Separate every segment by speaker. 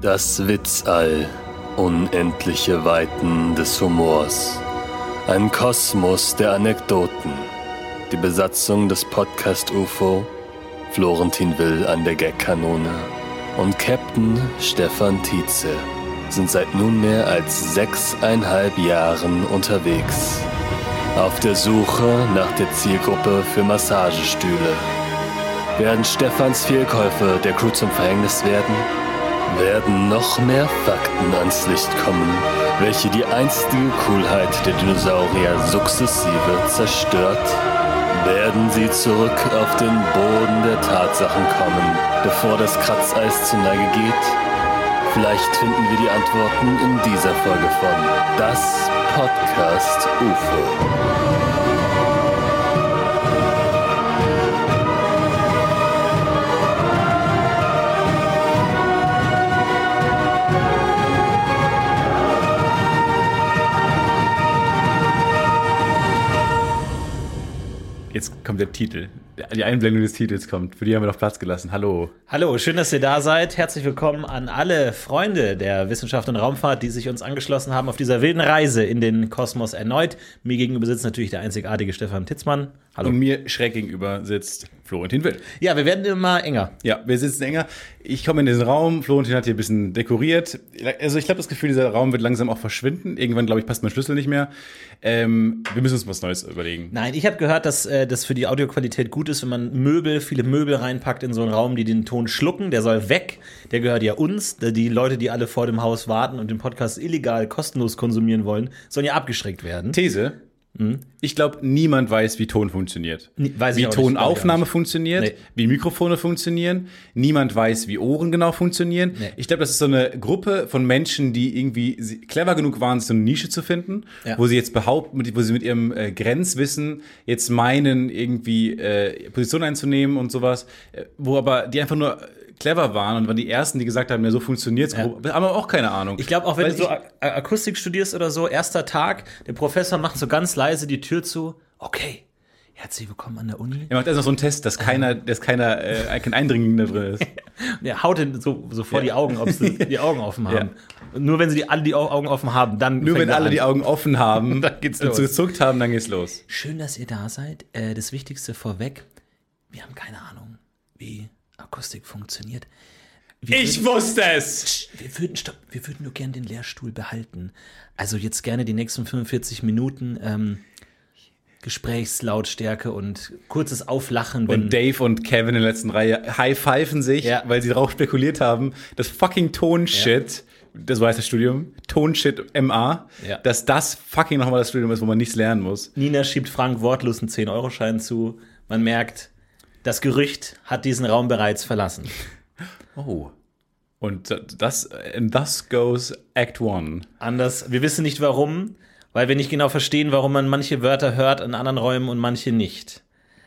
Speaker 1: Das Witzall, unendliche Weiten des Humors, ein Kosmos der Anekdoten, die Besatzung des Podcast UFO, Florentin Will an der Gagkanone und Captain Stefan Tietze sind seit nunmehr als sechseinhalb Jahren unterwegs. Auf der Suche nach der Zielgruppe für Massagestühle. Werden Stefans Fehlkäufe der Crew zum Verhängnis werden? Werden noch mehr Fakten ans Licht kommen, welche die einstige Coolheit der Dinosaurier sukzessive zerstört? Werden sie zurück auf den Boden der Tatsachen kommen, bevor das Kratzeis zu Neige geht? Vielleicht finden wir die Antworten in dieser Folge von Das Podcast UFO.
Speaker 2: Jetzt kommt der Titel. Die Einblendung des Titels kommt. Für die haben wir noch Platz gelassen. Hallo.
Speaker 3: Hallo, schön, dass ihr da seid. Herzlich willkommen an alle Freunde der Wissenschaft und Raumfahrt, die sich uns angeschlossen haben auf dieser wilden Reise in den Kosmos erneut. Mir gegenüber sitzt natürlich der einzigartige Stefan Titzmann. Hallo.
Speaker 2: Und mir schräg gegenüber sitzt Florentin Will.
Speaker 3: Ja, wir werden immer enger.
Speaker 2: Ja, wir sitzen enger. Ich komme in diesen Raum. Florentin hat hier ein bisschen dekoriert. Also ich habe das Gefühl, dieser Raum wird langsam auch verschwinden. Irgendwann, glaube ich, passt mein Schlüssel nicht mehr. Ähm, wir müssen uns was Neues überlegen.
Speaker 3: Nein, ich habe gehört, dass äh, das für die Audioqualität gut ist, wenn man Möbel, viele Möbel reinpackt in so einen Raum, die den Ton schlucken. Der soll weg. Der gehört ja uns. Die Leute, die alle vor dem Haus warten und den Podcast illegal kostenlos konsumieren wollen, sollen ja abgeschreckt werden.
Speaker 2: These. Ich glaube, niemand weiß, wie Ton funktioniert.
Speaker 3: Nie- weiß ich
Speaker 2: wie
Speaker 3: auch nicht, glaub ich auch
Speaker 2: Tonaufnahme
Speaker 3: nicht.
Speaker 2: funktioniert,
Speaker 3: Nee.
Speaker 2: wie Mikrofone funktionieren. Niemand weiß, wie Ohren genau funktionieren.
Speaker 3: Nee.
Speaker 2: Ich glaube, das ist so eine Gruppe von Menschen, die irgendwie sie- clever genug waren, so eine Nische zu finden,
Speaker 3: Ja.
Speaker 2: wo sie jetzt behaupten, mit- wo sie mit ihrem äh, Grenzwissen jetzt meinen, irgendwie äh, Position einzunehmen und sowas, äh, wo aber die einfach nur clever waren und waren die ersten, die gesagt haben, ja, so funktioniert's, grob. aber auch keine Ahnung.
Speaker 3: Ich glaube, auch wenn
Speaker 2: Weil
Speaker 3: du so A A- Akustik studierst oder so, erster Tag, der Professor macht so ganz leise die Tür zu. Okay, herzlich willkommen an der Uni.
Speaker 2: er macht erst noch so einen Test, dass keiner, dass keiner äh, kein Eindringen da drin ist.
Speaker 3: Und er haut ihn so, so vor
Speaker 2: Ja.
Speaker 3: die Augen, ob sie die Augen offen haben. Nur wenn sie die, alle die Au- Augen offen haben, dann.
Speaker 2: Nur wenn alle die
Speaker 3: Augen.
Speaker 2: Augen offen haben dann
Speaker 3: geht's
Speaker 2: und
Speaker 3: los.
Speaker 2: gezuckt haben, dann geht's los.
Speaker 3: Schön, dass ihr da seid. Äh, das Wichtigste vorweg: Wir haben keine Ahnung, wie Akustik funktioniert. Wir würden-
Speaker 2: wusste es!
Speaker 3: Psst, Wir würden, stopp, wir würden nur gerne den Lehrstuhl behalten. Also jetzt gerne die nächsten 45 Minuten ähm, Gesprächslautstärke und kurzes Auflachen. Wenn,
Speaker 2: Und Dave und Kevin in der letzten Reihe high-pfeifen sich,
Speaker 3: Mhm. Ja.
Speaker 2: weil sie darauf spekuliert haben, dass fucking Tonshit, das weiß das Studium, Tonshit MA,
Speaker 3: Ja.
Speaker 2: dass das fucking nochmal das Studium ist, wo man nichts lernen muss.
Speaker 3: Nina schiebt Frank wortlos einen 10-Euro-Schein zu. Man merkt, das Gerücht hat diesen Raum bereits verlassen.
Speaker 2: Oh. Und das, and thus goes Act One.
Speaker 3: Anders, wir wissen nicht warum, weil wir nicht genau verstehen, warum man manche Wörter hört in anderen Räumen und manche nicht.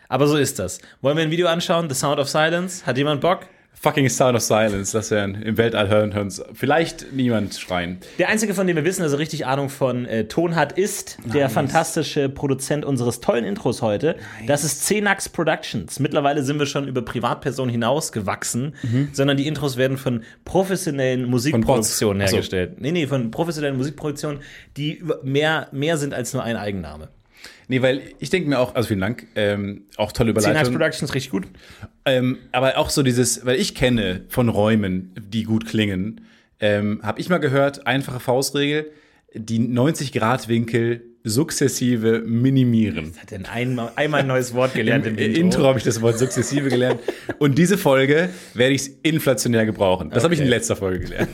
Speaker 3: Aber so ist das. Wollen wir ein Video anschauen? The Sound of Silence? Hat jemand Bock?
Speaker 2: Fucking Sound of Silence, das werden im Weltall hören, hören's vielleicht niemand schreien.
Speaker 3: Der einzige, von dem wir wissen, dass er richtig Ahnung von äh, Ton hat, ist der fantastische Produzent unseres tollen Intros heute. Das ist Cenax Productions. Mittlerweile sind wir schon über Privatpersonen hinausgewachsen, sondern die Intros werden von professionellen Musikproduktionen
Speaker 2: Achso.
Speaker 3: hergestellt. Nee, nee, von professionellen Musikproduktionen, die über- mehr, mehr sind als nur ein Eigenname.
Speaker 2: Nee, weil ich denke mir auch, also vielen Dank, ähm, auch tolle
Speaker 3: Cenax
Speaker 2: Überleitung.
Speaker 3: Productions, richtig gut.
Speaker 2: Ähm, aber auch so dieses, weil ich kenne von Räumen, die gut klingen, ähm, habe ich mal gehört, einfache Faustregel, die 90-Grad-Winkel sukzessive minimieren.
Speaker 3: Hat denn einmal, einmal ein neues Wort gelernt im,
Speaker 2: Im
Speaker 3: Intro?
Speaker 2: Intro habe ich das Wort sukzessive gelernt. Und diese Folge werde ich inflationär gebrauchen. Das habe ich in
Speaker 3: Okay.
Speaker 2: letzter Folge gelernt.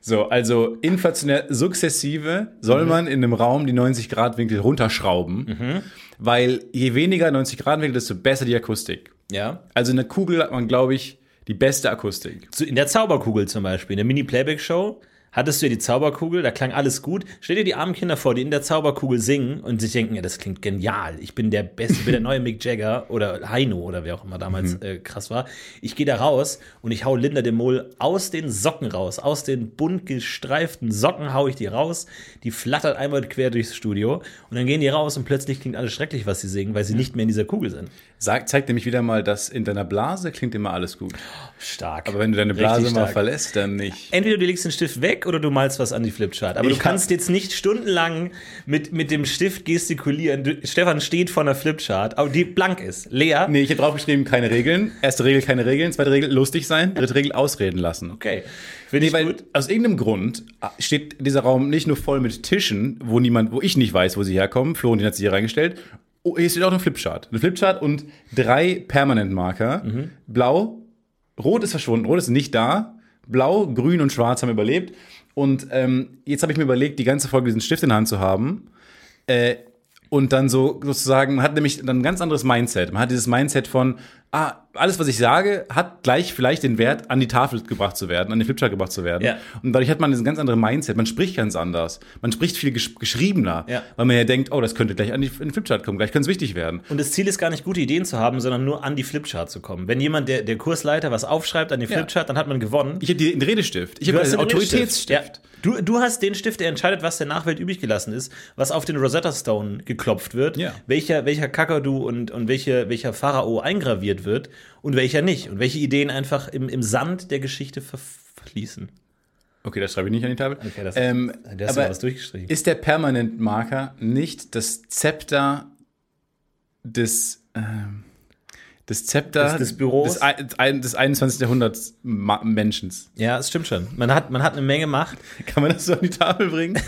Speaker 2: So, also inflationär sukzessive soll man in einem Raum die 90-Grad-Winkel runterschrauben, weil je weniger 90-Grad-Winkel, desto besser die Akustik.
Speaker 3: Ja.
Speaker 2: Also in der Kugel hat man, glaube ich, die beste Akustik.
Speaker 3: Zu- In der Zauberkugel zum Beispiel, in der Mini-Playback-Show hattest du ja die Zauberkugel, da klang alles gut. Stell dir die armen Kinder vor, die in der Zauberkugel singen und sich denken, ja, das klingt genial. Ich bin der Beste, ich bin der neue Mick Jagger oder Heino oder wer auch immer damals äh, krass war. Ich gehe da raus und ich hau Linda de Mol aus den Socken raus. Aus den bunt gestreiften Socken hau ich die raus. Die flattert einmal quer durchs Studio und dann gehen die raus und plötzlich klingt alles schrecklich, was sie singen, weil sie nicht mehr in dieser Kugel sind.
Speaker 2: Sag, zeigt nämlich wieder mal, dass in deiner Blase klingt immer alles gut.
Speaker 3: Stark.
Speaker 2: Aber wenn du deine Blase
Speaker 3: Richtig
Speaker 2: mal
Speaker 3: stark.
Speaker 2: verlässt, dann nicht.
Speaker 3: Entweder du legst den Stift weg oder du malst was an die Flipchart. Aber
Speaker 2: Ich
Speaker 3: du kannst jetzt nicht stundenlang mit, mit dem Stift gestikulieren. Du, Stefan steht vor einer Flipchart, aber die blank ist, leer.
Speaker 2: Nee, ich habe draufgeschrieben, keine Regeln. Erste Regel, keine Regeln. Zweite Regel, lustig sein. Dritte Regel, ausreden lassen.
Speaker 3: Okay, finde
Speaker 2: Nee,
Speaker 3: ich
Speaker 2: weil
Speaker 3: gut.
Speaker 2: aus irgendeinem Grund ah, steht dieser Raum nicht nur voll mit Tischen, wo niemand, wo ich nicht weiß, wo sie herkommen. Florentin hat sie hier reingestellt. Oh, hier steht auch ein Flipchart. Ein Flipchart und drei Permanentmarker. Blau, Rot ist verschwunden, Rot ist nicht da. Blau, Grün und Schwarz haben überlebt. Und ähm, jetzt habe ich mir überlegt, die ganze Folge diesen Stift in der Hand zu haben. Äh, und dann so sozusagen, man hat nämlich dann ein ganz anderes Mindset. Man hat dieses Mindset von, ah, alles, was ich sage, hat gleich vielleicht den Wert, an die Tafel gebracht zu werden, an den Flipchart gebracht zu werden.
Speaker 3: Ja.
Speaker 2: Und dadurch hat man dieses ganz andere Mindset. Man spricht ganz anders. Man spricht viel gesch geschriebener,
Speaker 3: Ja.
Speaker 2: weil man ja denkt, oh, das könnte gleich an, die, an den Flipchart kommen, gleich könnte es wichtig werden.
Speaker 3: Und das Ziel ist gar nicht, gute Ideen zu haben, sondern nur an die Flipchart zu kommen. Wenn jemand, der, der Kursleiter, was aufschreibt an die Flipchart, dann hat man gewonnen.
Speaker 2: Ich habe den Redestift. Ich
Speaker 3: Du
Speaker 2: habe
Speaker 3: hast
Speaker 2: den
Speaker 3: den Redestift.
Speaker 2: Autoritätsstift.
Speaker 3: Ja. Du, du hast den Stift, der entscheidet, was der Nachwelt übrig gelassen ist, was auf den Rosetta Stone geklopft wird,
Speaker 2: Ja.
Speaker 3: welcher, welcher Kakadu und, und welche, welcher Pharao eingraviert wird und welcher nicht. Und welche Ideen einfach im, im Sand der Geschichte verfließen.
Speaker 2: Okay, das schreibe ich nicht an die Tafel. Okay,
Speaker 3: das-
Speaker 2: ähm,
Speaker 3: Da hast du
Speaker 2: aber
Speaker 3: mal was durchgestrichen.
Speaker 2: ist der Permanentmarker nicht das Zepter des ähm, das Zepter
Speaker 3: Des- des Büros?
Speaker 2: des, ein- ein- des 21. Jahrhunderts Ma- Menschen.
Speaker 3: ja, es stimmt schon. Man hat, man hat eine Menge Macht.
Speaker 2: Kann man das so an die Tafel bringen?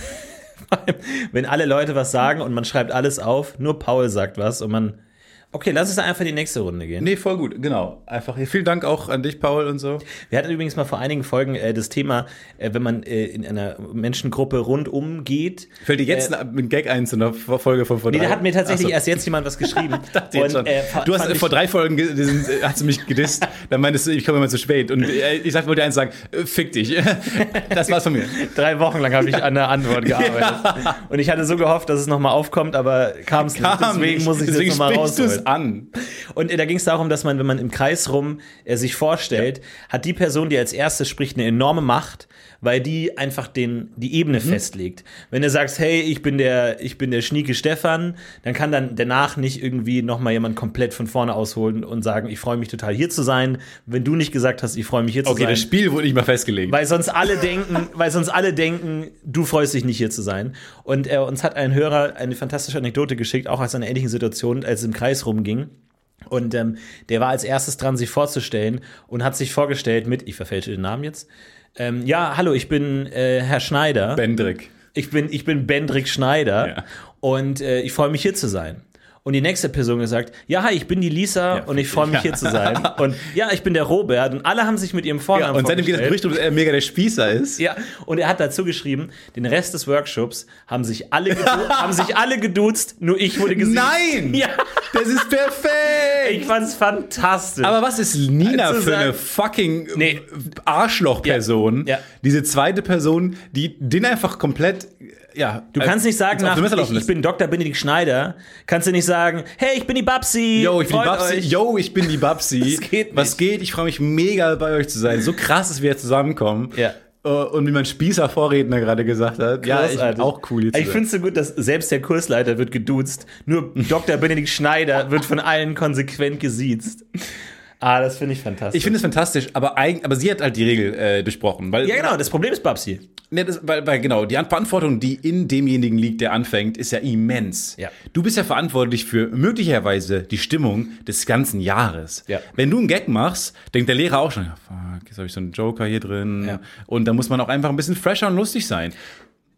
Speaker 3: Wenn alle Leute was sagen und man schreibt alles auf, nur Paul sagt was und man. Okay, lass uns einfach in die nächste Runde gehen.
Speaker 2: nee, voll gut, genau. Einfach hier. Vielen Dank auch an dich, Paul und so.
Speaker 3: Wir hatten übrigens mal vor einigen Folgen äh, das Thema, äh, wenn man äh, in einer Menschengruppe rundum geht. äh,
Speaker 2: Fällt dir jetzt ein Gag ein zu einer Folge von vor
Speaker 3: Nee, da hat mir tatsächlich
Speaker 2: Ach so.
Speaker 3: erst jetzt jemand was geschrieben.
Speaker 2: Dachte jetzt schon.
Speaker 3: äh, fa-
Speaker 2: du hast
Speaker 3: fand
Speaker 2: äh,
Speaker 3: ich-
Speaker 2: vor drei Folgen ge- diesen, äh, hast du mich gedisst, dann meintest du, ich komme immer zu spät. Und äh, ich sag, wollte dir eins sagen, äh, fick dich. Das war's von mir.
Speaker 3: drei Wochen lang habe ich an der Antwort gearbeitet. Und ich hatte so gehofft, dass es nochmal aufkommt, aber kam es nicht.
Speaker 2: Kam
Speaker 3: Deswegen
Speaker 2: nicht.
Speaker 3: muss ich
Speaker 2: Deswegen
Speaker 3: das nochmal
Speaker 2: sprichst du
Speaker 3: rausholen.
Speaker 2: es an.
Speaker 3: Und äh, da ging es darum, dass man, wenn man im Kreis rum äh, sich vorstellt, hat die Person, die als erste spricht, eine enorme Macht, weil die einfach den, die
Speaker 2: Mhm.
Speaker 3: Ebene festlegt. Wenn du sagst, hey, ich bin der, ich bin der Schnieke Stefan, dann kann dann danach nicht irgendwie nochmal jemand komplett von vorne ausholen und sagen, ich freue mich total hier zu sein. Wenn du nicht gesagt hast, ich freue mich hier zu
Speaker 2: Okay,
Speaker 3: sein.
Speaker 2: das Spiel wurde nicht mal festgelegt.
Speaker 3: Weil sonst alle denken, weil sonst alle denken, du freust dich nicht hier zu sein. Und äh, uns hat ein Hörer eine fantastische Anekdote geschickt, auch aus einer ähnlichen Situation, als es im Kreis rumging. Und ähm, der war als erstes dran, sich vorzustellen und hat sich vorgestellt mit, ich verfälsche den Namen jetzt. Ähm, ja, hallo, ich bin äh, Herr Schneider.
Speaker 2: Bendrick.
Speaker 3: Ich bin, ich bin Bendrick Schneider
Speaker 2: Ja.
Speaker 3: und äh, ich freue mich hier zu sein. Und die nächste Person gesagt, ja, hi, ich bin die Lisa und ich freue mich hier zu sein. Und ja, ich bin der Robert und alle haben sich mit ihrem Vornamen
Speaker 2: Ja, und seitdem geht das
Speaker 3: vorgestellt.
Speaker 2: Gerücht, um, dass er mega der Spießer ist.
Speaker 3: Ja, und er hat dazu geschrieben, den Rest des Workshops haben sich alle, gedu- haben sich alle geduzt, nur ich wurde gesehen.
Speaker 2: Nein!
Speaker 3: Ja,
Speaker 2: Das ist perfekt!
Speaker 3: ich fand's fantastisch.
Speaker 2: Aber was ist Nina
Speaker 3: Also
Speaker 2: für eine
Speaker 3: sagen-
Speaker 2: fucking
Speaker 3: Nee.
Speaker 2: Arschloch-Person?
Speaker 3: Ja, ja.
Speaker 2: Diese zweite Person, die den einfach komplett, ja. äh,
Speaker 3: du kannst nicht sagen, nach, ich, ich
Speaker 2: bin
Speaker 3: bin Dr. Benedikt Schneider, kannst du nicht sagen, hey, ich bin die Babsi.
Speaker 2: Yo, ich bin die
Speaker 3: freut
Speaker 2: Babsi.
Speaker 3: euch.
Speaker 2: Yo, ich bin die Babsi.
Speaker 3: Das geht nicht.
Speaker 2: Was geht? Ich freue mich mega bei euch zu sein. So krass, dass wir jetzt zusammenkommen.
Speaker 3: Ja.
Speaker 2: Äh, Und wie mein Spießer Vorredner gerade gesagt hat, ja, ich
Speaker 3: Großartig.
Speaker 2: bin auch cool jetzt.
Speaker 3: Ich finde es so gut, dass selbst der Kursleiter wird geduzt, nur Dr. Benedikt Schneider wird von allen konsequent gesiezt. Ah, das finde ich fantastisch.
Speaker 2: ich finde es fantastisch, aber, eig- aber sie hat halt die Regel äh, besprochen. Weil,
Speaker 3: ja, genau, das Problem ist Babsi.
Speaker 2: Ne, das, weil, weil genau, die An- Verantwortung, die in demjenigen liegt, der anfängt, ist ja immens.
Speaker 3: Ja.
Speaker 2: Du bist ja verantwortlich für möglicherweise die Stimmung des ganzen Jahres.
Speaker 3: Ja.
Speaker 2: Wenn du einen Gag machst, denkt der Lehrer auch schon, "Ah, fuck, jetzt habe ich so einen Joker hier drin.
Speaker 3: Ja.
Speaker 2: Und da muss man auch einfach ein bisschen fresher und lustig sein.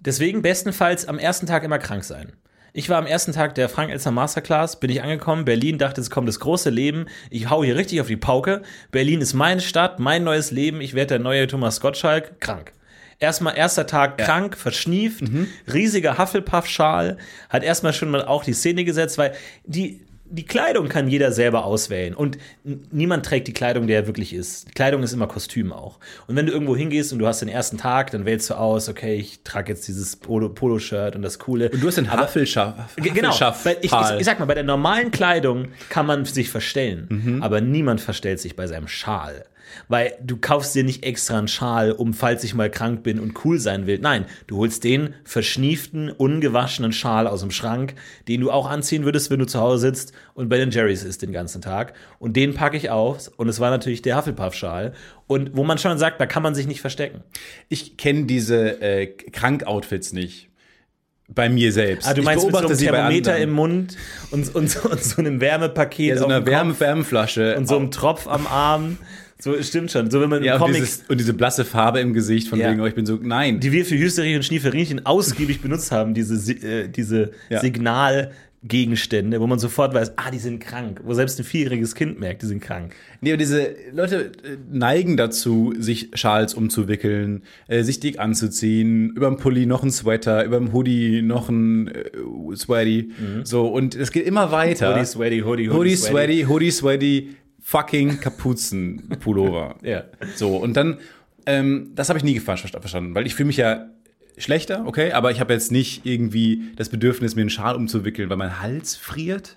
Speaker 3: Deswegen bestenfalls am ersten Tag immer krank sein. Ich war am ersten Tag der Frank Elster Masterclass, bin ich angekommen, Berlin, dachte, es kommt das große Leben. Ich hau hier richtig auf die Pauke. Berlin ist meine Stadt, mein neues Leben, ich werde der neue Thomas Gottschalk, krank. Erstmal erster Tag krank, verschnieft, riesiger Hufflepuff-Schal, hat erstmal schon mal auch die Szene gesetzt, weil die, die Kleidung kann jeder selber auswählen. Und n- niemand trägt die Kleidung, der er wirklich ist. Die Kleidung ist immer Kostüm auch. Und wenn du irgendwo hingehst und du hast den ersten Tag, dann wählst du aus, okay, ich trage jetzt dieses Polo- Polo-Shirt und das Coole.
Speaker 2: Und du hast den Haffelschaff.
Speaker 3: Ge- Genau,
Speaker 2: Haffelschaff-
Speaker 3: weil ich, ich,
Speaker 2: Pal.
Speaker 3: ich sag mal, bei der normalen Kleidung kann man sich verstellen,
Speaker 2: Mhm.
Speaker 3: aber niemand verstellt sich bei seinem Schal. Weil du kaufst dir nicht extra einen Schal, um falls ich mal krank bin und cool sein will. Nein, du holst den verschnieften, ungewaschenen Schal aus dem Schrank, den du auch anziehen würdest, wenn du zu Hause sitzt und Ben Jerry's isst den ganzen Tag. Und den packe ich aus und es war natürlich der Hufflepuff-Schal. Und wo man schon sagt, da kann man sich nicht verstecken.
Speaker 2: Ich kenne diese äh, Krank-Outfits nicht. Bei mir selbst.
Speaker 3: Ah, du meinst
Speaker 2: ich
Speaker 3: mit so
Speaker 2: beobachte
Speaker 3: einem
Speaker 2: sie bei
Speaker 3: Thermometer
Speaker 2: anderen.
Speaker 3: im Mund und, und, so- und so einem Wärmepaket
Speaker 2: ja, so
Speaker 3: auf
Speaker 2: einer
Speaker 3: dem Kopf.
Speaker 2: Wärme Wärmflasche.
Speaker 3: und so einem Tropf am Arm. So stimmt schon. So wenn man
Speaker 2: ja,
Speaker 3: im
Speaker 2: und,
Speaker 3: Comics,
Speaker 2: dieses, und diese blasse Farbe im Gesicht, von
Speaker 3: Ja.
Speaker 2: wegen, oh, ich bin so, nein.
Speaker 3: die wir für Hüsterich und Schnieferinchen ausgiebig benutzt haben, diese, Si- äh, diese
Speaker 2: Ja.
Speaker 3: Signalgegenstände, wo man sofort weiß, ah, die sind krank. Wo selbst ein vierjähriges Kind merkt, die sind krank.
Speaker 2: Nee, aber diese Leute äh, neigen dazu, sich Schals umzuwickeln, äh, sich dick anzuziehen, überm Pulli noch ein Sweater, überm Hoodie noch ein äh, Sweaty.
Speaker 3: Mhm.
Speaker 2: So, und es geht immer weiter.
Speaker 3: Hoodie, sweaty, hoodie, hoodie,
Speaker 2: Hoodie, sweaty, hoodie, sweaty, fucking Kapuzenpullover.
Speaker 3: Ja.
Speaker 2: So, und dann, ähm, das habe ich nie gefa- versta- verstanden, weil ich fühle mich ja schlechter, okay, aber ich habe jetzt nicht irgendwie das Bedürfnis, mir einen Schal umzuwickeln, weil mein Hals friert.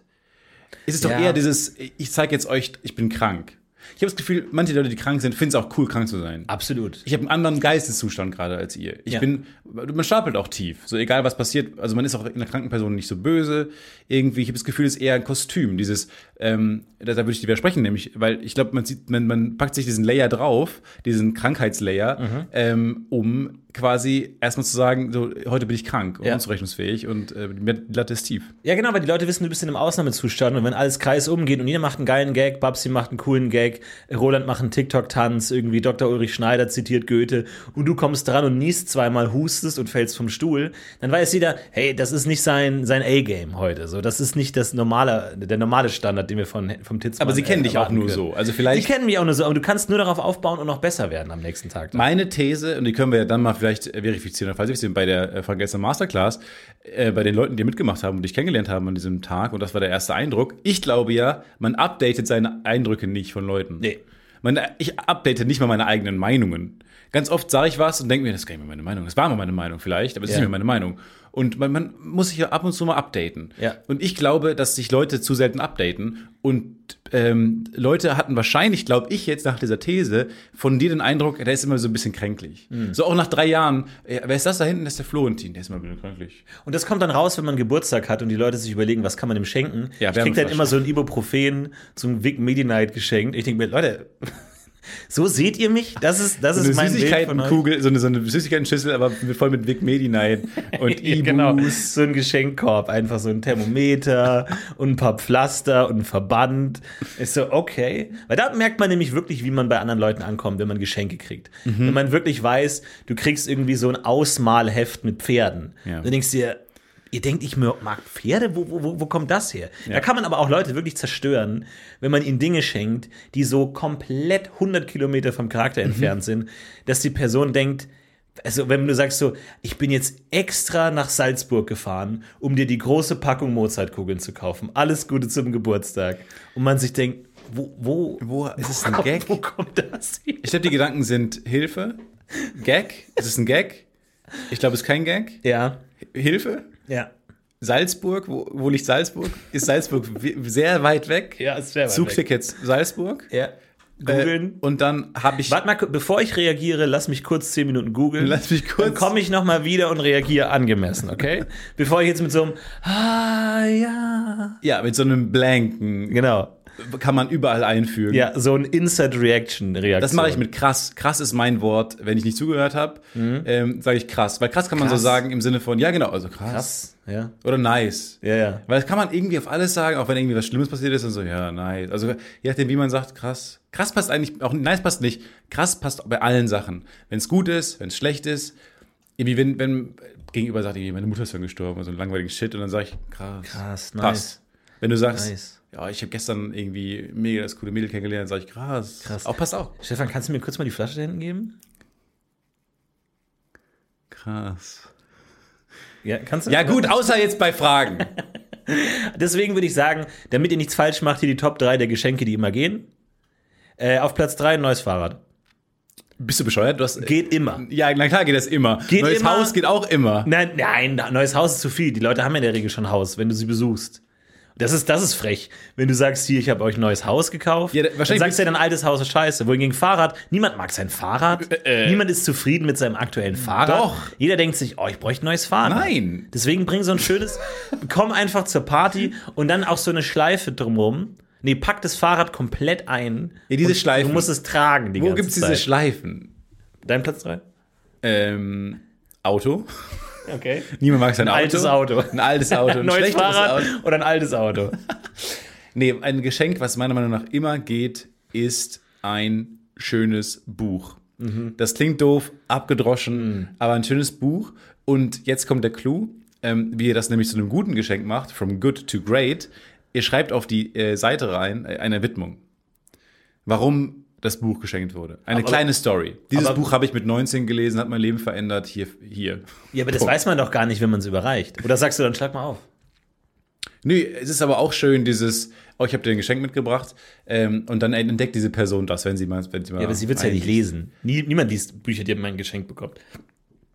Speaker 2: Es ist doch
Speaker 3: Ja.
Speaker 2: eher dieses, ich zeige jetzt euch, ich bin krank. Ich habe das Gefühl, manche Leute, die krank sind, finden es auch cool, krank zu sein.
Speaker 3: Absolut.
Speaker 2: Ich habe einen anderen Geisteszustand gerade als ihr. Ich
Speaker 3: Ja.
Speaker 2: bin, man stapelt auch tief. So egal was passiert, also man ist auch in der kranken Person nicht so böse. Irgendwie, ich habe das Gefühl, es ist eher ein Kostüm. Dieses, ähm, da, da würde ich dir widersprechen, nämlich, weil ich glaube, man sieht, man, man packt sich diesen Layer drauf, diesen Krankheitslayer,
Speaker 3: Mhm.
Speaker 2: ähm, um quasi erstmal zu sagen, so heute bin ich krank und
Speaker 3: Ja.
Speaker 2: unzurechnungsfähig und äh, die Latte ist tief.
Speaker 3: Ja, genau, weil die Leute wissen, du bist in einem Ausnahmezustand und wenn alles Kreis umgeht und jeder macht einen geilen Gag, Babsi macht einen coolen Gag, Roland macht einen TikTok-Tanz, irgendwie Dr. Ulrich Schneider zitiert Goethe und du kommst dran und niest zweimal, hustest und fällst vom Stuhl, dann weiß jeder, hey, das ist nicht sein, sein A-Game heute, so, das ist nicht das normale, der normale Standard, den wir von, vom äh, Titz
Speaker 2: Aber sie kennen dich auch nur so. Also
Speaker 3: Die
Speaker 2: vielleicht
Speaker 3: kennen mich auch nur so, aber du kannst nur darauf aufbauen und noch besser werden am nächsten Tag.
Speaker 2: Meine These, und die können wir ja dann mal vielleicht äh, verifizieren, oder falsifizieren bei der äh, Frank Elster Masterclass, äh, bei den Leuten, die mitgemacht haben und dich kennengelernt haben an diesem Tag, und das war der erste Eindruck. Ich glaube ja, man updatet seine Eindrücke nicht von Leuten.
Speaker 3: Nee.
Speaker 2: Man, äh, ich update nicht mal meine eigenen Meinungen. Ganz oft sage ich was und denke mir, das ist gar nicht mehr meine Meinung. Das war mal meine Meinung vielleicht, aber es ist
Speaker 3: Ja.
Speaker 2: nicht mehr meine Meinung. Und man, man muss sich ja ab und zu mal updaten.
Speaker 3: Ja.
Speaker 2: Und ich glaube, dass sich Leute zu selten updaten. Und ähm, Leute hatten wahrscheinlich, glaube ich jetzt nach dieser These, von dir den Eindruck, der ist immer so ein bisschen kränklich.
Speaker 3: Hm.
Speaker 2: So auch nach drei Jahren, äh, wer ist das da hinten? Das ist der Florentin, der ist immer ein bisschen kränklich.
Speaker 3: Und das kommt dann raus, wenn man Geburtstag hat und die Leute sich überlegen, was kann man ihm schenken.
Speaker 2: Ja,
Speaker 3: ich krieg dann
Speaker 2: Wärmflasche.
Speaker 3: immer so ein Ibuprofen zum Vic Medi Night geschenkt. Ich denke mir, Leute, so seht ihr mich? Das ist, das
Speaker 2: So eine
Speaker 3: ist mein Bild von euch.
Speaker 2: Süßigkeitenkugel, so eine, so eine Süßigkeitenschüssel, aber mit- voll mit Vic Medi Nein und
Speaker 3: Ja,
Speaker 2: Ibus.
Speaker 3: genau, so ein Geschenkkorb, einfach so ein Thermometer und ein paar Pflaster und ein Verband. Ist so, okay. Weil da merkt man nämlich wirklich, wie man bei anderen Leuten ankommt, wenn man Geschenke kriegt. Wenn man wirklich weiß, du kriegst irgendwie so ein Ausmalheft mit Pferden.
Speaker 2: Ja.
Speaker 3: Dann denkst du dir, ihr denkt, ich mö- mag Pferde? Wo, wo- wo, wo kommt das her? Da kann man aber auch Leute wirklich zerstören, wenn man ihnen Dinge schenkt, die so komplett 100 Kilometer vom Charakter entfernt sind, dass die Person denkt, also wenn du sagst so, ich bin jetzt extra nach Salzburg gefahren, um dir die große Packung Mozartkugeln zu kaufen. Alles Gute zum Geburtstag. Und man sich denkt, wo, wo,
Speaker 2: Wo, ist es ein
Speaker 3: kommt,
Speaker 2: Gag?
Speaker 3: wo kommt das her?
Speaker 2: Ich glaube, die Gedanken sind Hilfe, Gag, ist es ein Gag? Ich glaube, es ist kein Gag.
Speaker 3: Ja,
Speaker 2: Hilfe?
Speaker 3: ja.
Speaker 2: Salzburg, wo, wo liegt Salzburg? Ist Salzburg wi- sehr weit weg?
Speaker 3: Ja, ist sehr weit weg.
Speaker 2: Zugtickets Salzburg.
Speaker 3: Ja.
Speaker 2: Äh,
Speaker 3: Googeln.
Speaker 2: und dann habe ich.
Speaker 3: Warte mal, bevor ich reagiere, lass mich kurz 10 Minuten googeln.
Speaker 2: Lass mich kurz-
Speaker 3: Dann komme ich nochmal wieder und reagiere angemessen, okay? bevor ich jetzt mit so einem Ah, ja.
Speaker 2: Ja, mit so einem Blanken
Speaker 3: Genau.
Speaker 2: kann man überall einfügen.
Speaker 3: Ja, so ein Instant-Reaction-Reaktion.
Speaker 2: Das mache ich mit krass. Krass ist mein Wort, wenn ich nicht zugehört habe, ähm, sage ich krass. Weil krass kann man
Speaker 3: Mhm. Krass.
Speaker 2: so sagen im Sinne von, ja genau, also krass.
Speaker 3: Krass. Ja.
Speaker 2: Oder nice.
Speaker 3: Ja, ja.
Speaker 2: Weil das kann man irgendwie auf alles sagen, auch wenn irgendwie was Schlimmes passiert ist und so, ja, nice. Also je nachdem, wie man sagt, krass. Krass passt eigentlich, auch nice passt nicht. Krass passt bei allen Sachen. Wenn es gut ist, wenn es schlecht ist. Irgendwie, wenn, wenn gegenüber sagt, irgendwie, meine Mutter ist dann gestorben, also einen langweiligen Shit, und dann sage ich, krass.
Speaker 3: Krass, nice.
Speaker 2: Passt. Wenn du sagst,
Speaker 3: Nice.
Speaker 2: ja, ich habe gestern irgendwie mega das coole Mädel kennengelernt, sage ich, krass.
Speaker 3: Krass.
Speaker 2: Auch passt auch.
Speaker 3: Stefan, kannst du mir kurz mal die Flasche da hinten geben?
Speaker 2: Krass.
Speaker 3: Ja, kannst du?
Speaker 2: Ja, gut, außer jetzt bei Fragen.
Speaker 3: Deswegen würde ich sagen, damit ihr nichts falsch macht, hier die Top 3 der Geschenke, die immer gehen. Äh, auf Platz 3 ein neues Fahrrad.
Speaker 2: Bist du bescheuert? Du hast,
Speaker 3: Geht immer.
Speaker 2: ja, na klar geht das immer.
Speaker 3: Geht
Speaker 2: Neues
Speaker 3: immer.
Speaker 2: Haus geht auch immer.
Speaker 3: Nein, nein, neues Haus ist zu viel. Die Leute haben in der Regel schon ein Haus, wenn du sie besuchst. Das ist, das ist frech. Wenn du sagst, hier, ich habe euch ein neues Haus gekauft,
Speaker 2: Ja, da-
Speaker 3: dann
Speaker 2: wahrscheinlich
Speaker 3: sagst du ja, dein altes Haus ist scheiße. Wohingegen Fahrrad, niemand mag sein Fahrrad. niemand ist zufrieden mit seinem aktuellen Fahrrad.
Speaker 2: Äh, Doch.
Speaker 3: Jeder denkt sich, oh, ich bräuchte ein neues Fahrrad.
Speaker 2: Nein.
Speaker 3: Deswegen bring so ein schönes, komm einfach zur Party und dann auch so eine Schleife drumrum. Nee, pack das Fahrrad komplett ein.
Speaker 2: Ja, diese
Speaker 3: Und
Speaker 2: Schleifen.
Speaker 3: Du musst es tragen, die
Speaker 2: Wo
Speaker 3: ganze
Speaker 2: gibt's diese
Speaker 3: Zeit.
Speaker 2: Schleifen?
Speaker 3: Dein Platz 3?
Speaker 2: Ähm, Auto.
Speaker 3: Okay.
Speaker 2: Niemand mag sein Auto.
Speaker 3: altes Auto.
Speaker 2: Ein altes Auto.
Speaker 3: Ein
Speaker 2: Ein
Speaker 3: neues
Speaker 2: schlechteres
Speaker 3: Fahrrad
Speaker 2: Auto.
Speaker 3: oder ein altes Auto.
Speaker 2: Nee, ein Geschenk, was meiner Meinung nach immer geht, ist ein schönes Buch. Das klingt doof, abgedroschen, aber ein schönes Buch. Und jetzt kommt der Clou, ähm, wie ihr das nämlich zu einem guten Geschenk macht, from good to great. Ihr schreibt auf die äh, Seite rein äh, eine Widmung. Warum das Buch geschenkt wurde. Eine kleine Story. Dieses
Speaker 3: aber-
Speaker 2: Buch habe ich mit 19 gelesen, hat mein Leben verändert. Hier, hier.
Speaker 3: Ja, aber das
Speaker 2: Punkt.
Speaker 3: weiß man doch gar nicht, wenn man es überreicht. Oder sagst du dann, schlag mal auf.
Speaker 2: Nö, es ist aber auch schön, dieses, oh, ich habe dir ein Geschenk mitgebracht ähm, und dann entdeckt diese Person das, wenn sie mal. Wenn sie mal
Speaker 3: Ja, aber sie wird es ja nicht lesen. Nie, niemand liest Bücher, die man ein Geschenk bekommt.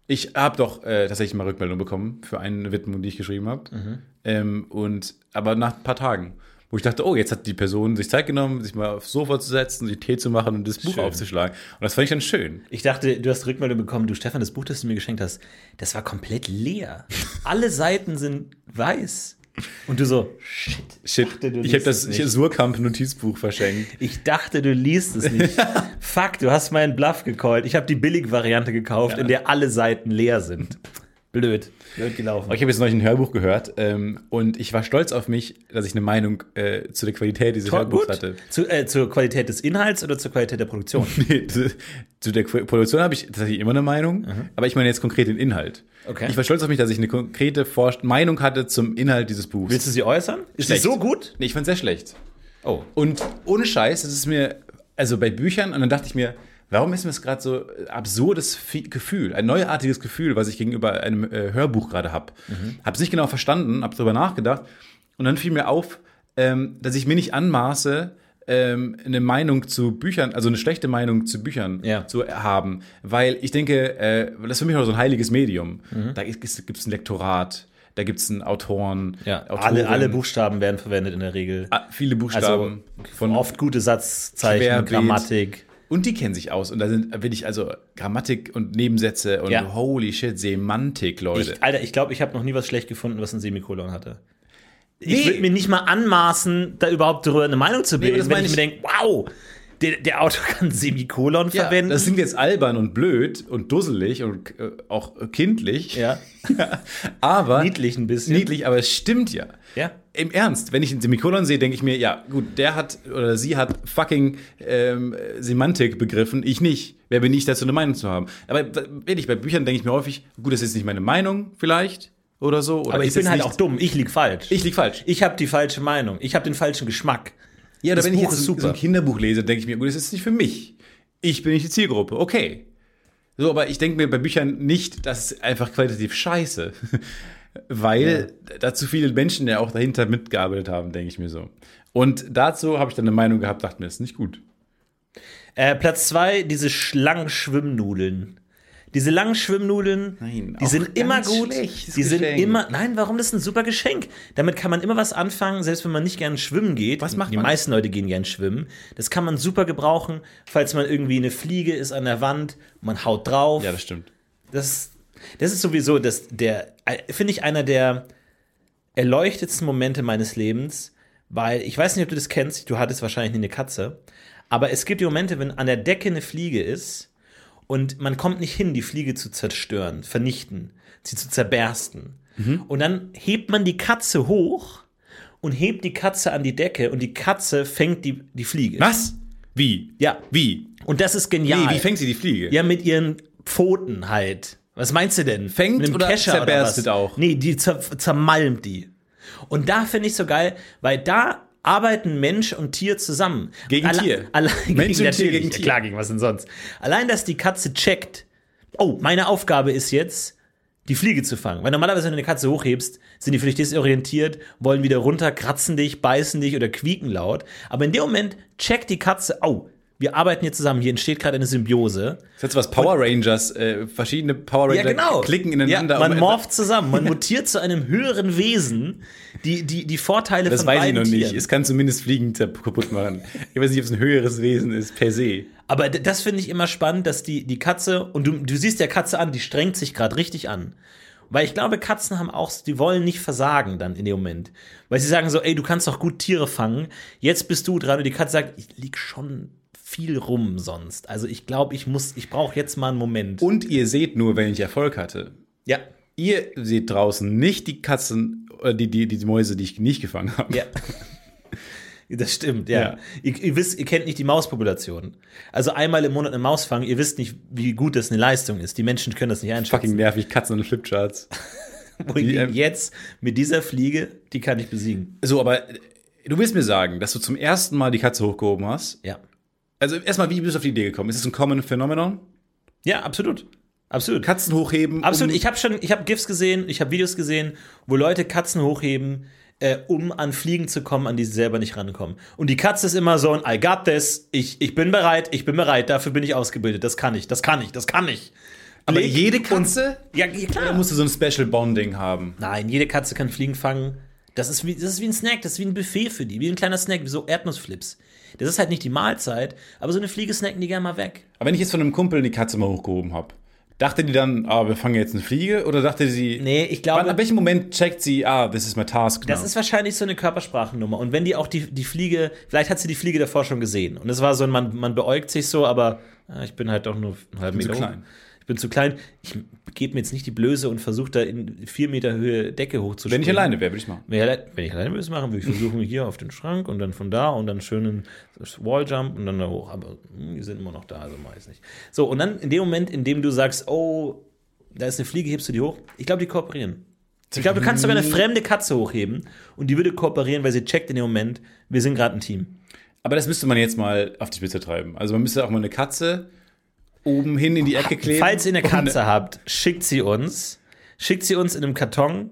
Speaker 2: Ich habe doch äh, tatsächlich mal Rückmeldung bekommen für eine Widmung, die ich geschrieben habe.
Speaker 3: Mhm.
Speaker 2: Ähm, und aber nach ein paar Tagen, wo ich dachte, oh, jetzt hat die Person sich Zeit genommen, sich mal aufs Sofa zu setzen, sich Tee zu machen und das Buch
Speaker 3: Schön.
Speaker 2: aufzuschlagen. Und das fand ich dann schön.
Speaker 3: Ich dachte, du hast Rückmeldung bekommen, du Stefan, das Buch, das du mir geschenkt hast, das war komplett leer. Alle Seiten sind weiß. Und du so, shit.
Speaker 2: Shit,
Speaker 3: dachte, du
Speaker 2: ich habe
Speaker 3: liest
Speaker 2: das
Speaker 3: es nicht.
Speaker 2: ich hab Surkamp Notizbuch verschenkt.
Speaker 3: Ich dachte, du liest es nicht. Fuck, du hast meinen Bluff gecallt. Ich habe die Billig-Variante gekauft, in der alle Seiten leer sind. Blöd. Blöd gelaufen.
Speaker 2: Ich habe jetzt neulich ein Hörbuch gehört ähm, und ich war stolz auf mich, dass ich eine Meinung äh, zu der Qualität dieses
Speaker 3: Toll,
Speaker 2: Hörbuchs
Speaker 3: gut.
Speaker 2: hatte.
Speaker 3: Zu, äh, zur Qualität des Inhalts oder zur Qualität der Produktion?
Speaker 2: Nee, zu zu der Qu- Produktion habe ich tatsächlich immer eine Meinung, aber ich meine jetzt konkret den Inhalt.
Speaker 3: Mhm. Okay.
Speaker 2: Ich war stolz auf mich, dass ich eine konkrete Vor Meinung hatte zum Inhalt dieses Buchs.
Speaker 3: Willst du sie äußern? Ist sie
Speaker 2: Schlecht.
Speaker 3: so gut?
Speaker 2: Nee, ich fand sehr schlecht.
Speaker 3: Oh.
Speaker 2: Und ohne Scheiß, das ist mir, also bei Büchern, und dann dachte ich mir, warum ist mir das gerade so ein absurdes Fi- Gefühl, ein neuartiges Gefühl, was ich gegenüber einem äh, Hörbuch gerade habe.
Speaker 3: Mhm.
Speaker 2: Hab's nicht genau verstanden, hab's drüber nachgedacht. Und dann fiel mir auf, ähm, dass ich mir nicht anmaße, ähm, eine Meinung zu Büchern, also eine schlechte Meinung zu Büchern
Speaker 3: Ja.
Speaker 2: zu haben. Weil ich denke, äh, das ist für mich auch so ein heiliges Medium.
Speaker 3: Mhm.
Speaker 2: Da gibt es ein Lektorat, da gibt es einen Autoren,
Speaker 3: Ja,
Speaker 2: Autorin,
Speaker 3: alle, alle Buchstaben werden verwendet in der Regel.
Speaker 2: Ah, viele
Speaker 3: Also
Speaker 2: Buchstaben
Speaker 3: von oft gute Satzzeichen,
Speaker 2: Querbeet.
Speaker 3: Grammatik.
Speaker 2: Und die kennen sich aus. Und da sind wirklich also Grammatik und Nebensätze und
Speaker 3: Ja.
Speaker 2: holy shit, Semantik, Leute.
Speaker 3: Ich, Alter, ich glaube, ich habe noch nie was schlecht gefunden, was ein Semikolon hatte. Ich
Speaker 2: Nee.
Speaker 3: würde mir nicht mal anmaßen, da überhaupt darüber eine Meinung zu bilden,
Speaker 2: das
Speaker 3: wenn
Speaker 2: meine
Speaker 3: ich mir
Speaker 2: ich-
Speaker 3: denke, wow, der, der Autor kann Semikolon
Speaker 2: ja,
Speaker 3: verwenden.
Speaker 2: das klingt jetzt albern und blöd und dusselig und äh, auch kindlich.
Speaker 3: ja,
Speaker 2: Aber
Speaker 3: niedlich ein bisschen.
Speaker 2: niedlich, aber es stimmt ja.
Speaker 3: Ja.
Speaker 2: Im Ernst, wenn ich ein Semikolon sehe, denke ich mir, ja, gut, der hat oder sie hat fucking ähm, Semantik begriffen, ich nicht. Wer bin ich dazu, eine Meinung zu haben? Aber äh, ehrlich, bei Büchern denke ich mir häufig, gut, das ist jetzt nicht meine Meinung vielleicht oder so. Oder
Speaker 3: Aber ich
Speaker 2: ist jetzt
Speaker 3: bin halt
Speaker 2: nicht,
Speaker 3: auch dumm, ich lieg falsch.
Speaker 2: Ich lieg falsch.
Speaker 3: ich habe die falsche Meinung, ich habe den falschen Geschmack.
Speaker 2: Ja, da
Speaker 3: Das
Speaker 2: wenn ich
Speaker 3: Buch
Speaker 2: jetzt
Speaker 3: ist
Speaker 2: so- so
Speaker 3: super.
Speaker 2: ein Kinderbuch lese, denke ich mir, gut, das ist nicht für mich. Ich bin nicht die Zielgruppe. Okay. So, aber ich denke mir bei Büchern nicht, das ist einfach qualitativ scheiße. Weil da zu viele Menschen ja auch dahinter mitgearbeitet haben, denke ich mir so. Und dazu habe ich dann eine Meinung gehabt, dachte mir, das ist nicht gut.
Speaker 3: Äh, Platz zwei, diese sch- langen Schwimmnudeln. Diese langen Schwimmnudeln,
Speaker 2: Nein,
Speaker 3: die
Speaker 2: auch
Speaker 3: sind immer
Speaker 2: ganz
Speaker 3: gut.
Speaker 2: schlechtes
Speaker 3: Die sind
Speaker 2: Geschenk.
Speaker 3: immer. Nein, warum? Das ist ein super Geschenk. Damit kann man immer was anfangen, selbst wenn man nicht gerne schwimmen geht.
Speaker 2: Was macht
Speaker 3: Die
Speaker 2: man?
Speaker 3: meisten Leute gehen gern schwimmen. Das kann man super gebrauchen, falls man irgendwie eine Fliege ist an der Wand, man haut drauf.
Speaker 2: Ja, das stimmt.
Speaker 3: Das, das ist sowieso das, der, äh, finde ich, einer der erleuchtetsten Momente meines Lebens, weil ich weiß nicht, ob du das kennst, du hattest wahrscheinlich nie eine Katze, aber es gibt die Momente, wenn an der Decke eine Fliege ist und man kommt nicht hin, die Fliege zu zerstören, vernichten, sie zu zerbersten.
Speaker 2: Mhm.
Speaker 3: Und dann hebt man die Katze hoch und hebt die Katze an die Decke und die Katze fängt die, die Fliege.
Speaker 2: Was? Wie?
Speaker 3: Ja.
Speaker 2: Wie?
Speaker 3: Und das ist
Speaker 2: Nee,
Speaker 3: genial.
Speaker 2: wie fängt sie die Fliege?
Speaker 3: Ja, mit ihren Pfoten halt. Was meinst du denn?
Speaker 2: Fängt
Speaker 3: mit einem
Speaker 2: oder
Speaker 3: Kescher
Speaker 2: zerberstet
Speaker 3: oder was?
Speaker 2: auch?
Speaker 3: Nee, die zer zermalmt die. Und da finde ich so geil, weil da arbeiten Mensch und Tier zusammen.
Speaker 2: Gegen
Speaker 3: Alle-
Speaker 2: Tier.
Speaker 3: Allein
Speaker 2: Mensch
Speaker 3: gegen,
Speaker 2: und Tier
Speaker 3: natürlich,
Speaker 2: gegen
Speaker 3: ja,
Speaker 2: Tier.
Speaker 3: Klar, gegen was denn sonst? Allein, dass die Katze checkt, oh, meine Aufgabe ist jetzt, die Fliege zu fangen. Weil normalerweise, wenn du eine Katze hochhebst, sind die völlig desorientiert, wollen wieder runter, kratzen dich, beißen dich oder quieken laut. Aber in dem Moment checkt die Katze, au, wir arbeiten hier zusammen, hier entsteht gerade eine
Speaker 2: Das
Speaker 3: Symbiose.
Speaker 2: ist jetzt was Power Rangers, äh, verschiedene Power
Speaker 3: Ja,
Speaker 2: Ranger
Speaker 3: genau.
Speaker 2: klicken ineinander.
Speaker 3: Ja, man
Speaker 2: um-
Speaker 3: morpht zusammen, man mutiert zu einem höheren Wesen, die, die, die Vorteile
Speaker 2: das
Speaker 3: von
Speaker 2: weiß ich
Speaker 3: beiden
Speaker 2: noch nicht.
Speaker 3: Tieren.
Speaker 2: Es kann zumindest Fliegen zap- kaputt machen. Ich weiß nicht, ob es ein höheres Wesen ist, per se.
Speaker 3: Aber d- das finde ich immer spannend, dass die, die Katze, und du, du siehst der Katze an, die strengt sich gerade richtig an. Weil ich glaube, Katzen haben auch, die wollen nicht versagen dann in dem Moment. Weil sie sagen so, ey, du kannst doch gut Tiere fangen. Jetzt bist du dran und die Katze sagt, ich lieg schon viel rum sonst. Also ich glaube, ich muss, ich brauche jetzt mal einen Moment.
Speaker 2: Und ihr seht nur, wenn ich Erfolg hatte.
Speaker 3: ja,
Speaker 2: Ihr seht draußen nicht die Katzen, oder die, die, die Mäuse, die ich nicht gefangen habe.
Speaker 3: ja. Das stimmt, ja.
Speaker 2: Ja.
Speaker 3: Ihr, ihr wisst, ihr kennt nicht die Mauspopulation. Also einmal im Monat eine Maus fangen, ihr wisst nicht, wie gut das eine Leistung ist. Die Menschen können das nicht einschätzen.
Speaker 2: Fucking nervig, Katzen und Flipcharts. Die, ähm,
Speaker 3: Wohingegen jetzt mit dieser Fliege, die kann ich besiegen.
Speaker 2: So, aber äh, du willst mir sagen, dass du zum ersten Mal die Katze hochgehoben hast.
Speaker 3: Ja.
Speaker 2: Also erstmal, wie bist du auf die Idee gekommen? Ist es ein Common Phenomenon?
Speaker 3: Ja, absolut. Absolut.
Speaker 2: Katzen hochheben.
Speaker 3: absolut.
Speaker 2: um-
Speaker 3: Ich habe schon, ich habe GIFs gesehen, ich habe Videos gesehen, wo Leute Katzen hochheben, äh, um an Fliegen zu kommen, an die sie selber nicht rankommen. Und die Katze ist immer so ein I got this, ich, ich bin bereit, ich bin bereit, dafür bin ich ausgebildet, das kann ich, das kann ich, das kann ich.
Speaker 2: aber
Speaker 3: Leg-
Speaker 2: jede Katze?
Speaker 3: Ja, ja,
Speaker 2: Da
Speaker 3: klar.
Speaker 2: musst du so ein Special Bonding haben.
Speaker 3: Nein, jede Katze kann Fliegen fangen. Das ist, wie, das ist wie ein Snack, das ist wie ein Buffet für die, wie ein kleiner Snack, wie so Erdnussflips. Das ist halt nicht die Mahlzeit, aber so eine Fliege snacken die gerne mal weg.
Speaker 2: Aber wenn ich jetzt von einem Kumpel die Katze mal hochgehoben habe, dachte die dann, ah, wir fangen jetzt eine Fliege? Oder dachte sie,
Speaker 3: Nee, ich glaube-
Speaker 2: Wann, ab welchem Moment checkt sie, ah, this is my task
Speaker 3: Das
Speaker 2: now?
Speaker 3: ist wahrscheinlich so eine Körpersprachennummer. Und wenn die auch die, die Fliege, vielleicht hat sie die Fliege davor schon gesehen. Und es war so, ein, man, man beäugt sich so, aber ah, ich bin halt doch nur einen halben
Speaker 2: bin zu
Speaker 3: Meter hoch.
Speaker 2: klein.
Speaker 3: Ich bin zu klein. Ich gebe mir jetzt nicht die Blöße und versuche da in vier Meter Höhe Decke hochzuspringen.
Speaker 2: wenn ich alleine wäre, würde ich machen.
Speaker 3: Wenn ich allein- wenn ich alleine würde es machen, würde ich versuchen, hier auf den Schrank und dann von da und dann schönen Walljump und dann da hoch. Aber hm, die sind immer noch da, also meist nicht. So, und dann in dem Moment, in dem du sagst, oh, da ist eine Fliege, hebst du die hoch. Ich glaube, die kooperieren. Ich glaube, du kannst sogar eine fremde Katze hochheben und die würde kooperieren, weil sie checkt in dem Moment, wir sind gerade ein Team.
Speaker 2: Aber das müsste man jetzt mal auf die Spitze treiben. Also man müsste auch mal eine Katze oben hin in die Ecke kleben.
Speaker 3: Falls ihr eine
Speaker 2: Und-
Speaker 3: Katze habt, schickt sie uns. Schickt sie uns in einem Karton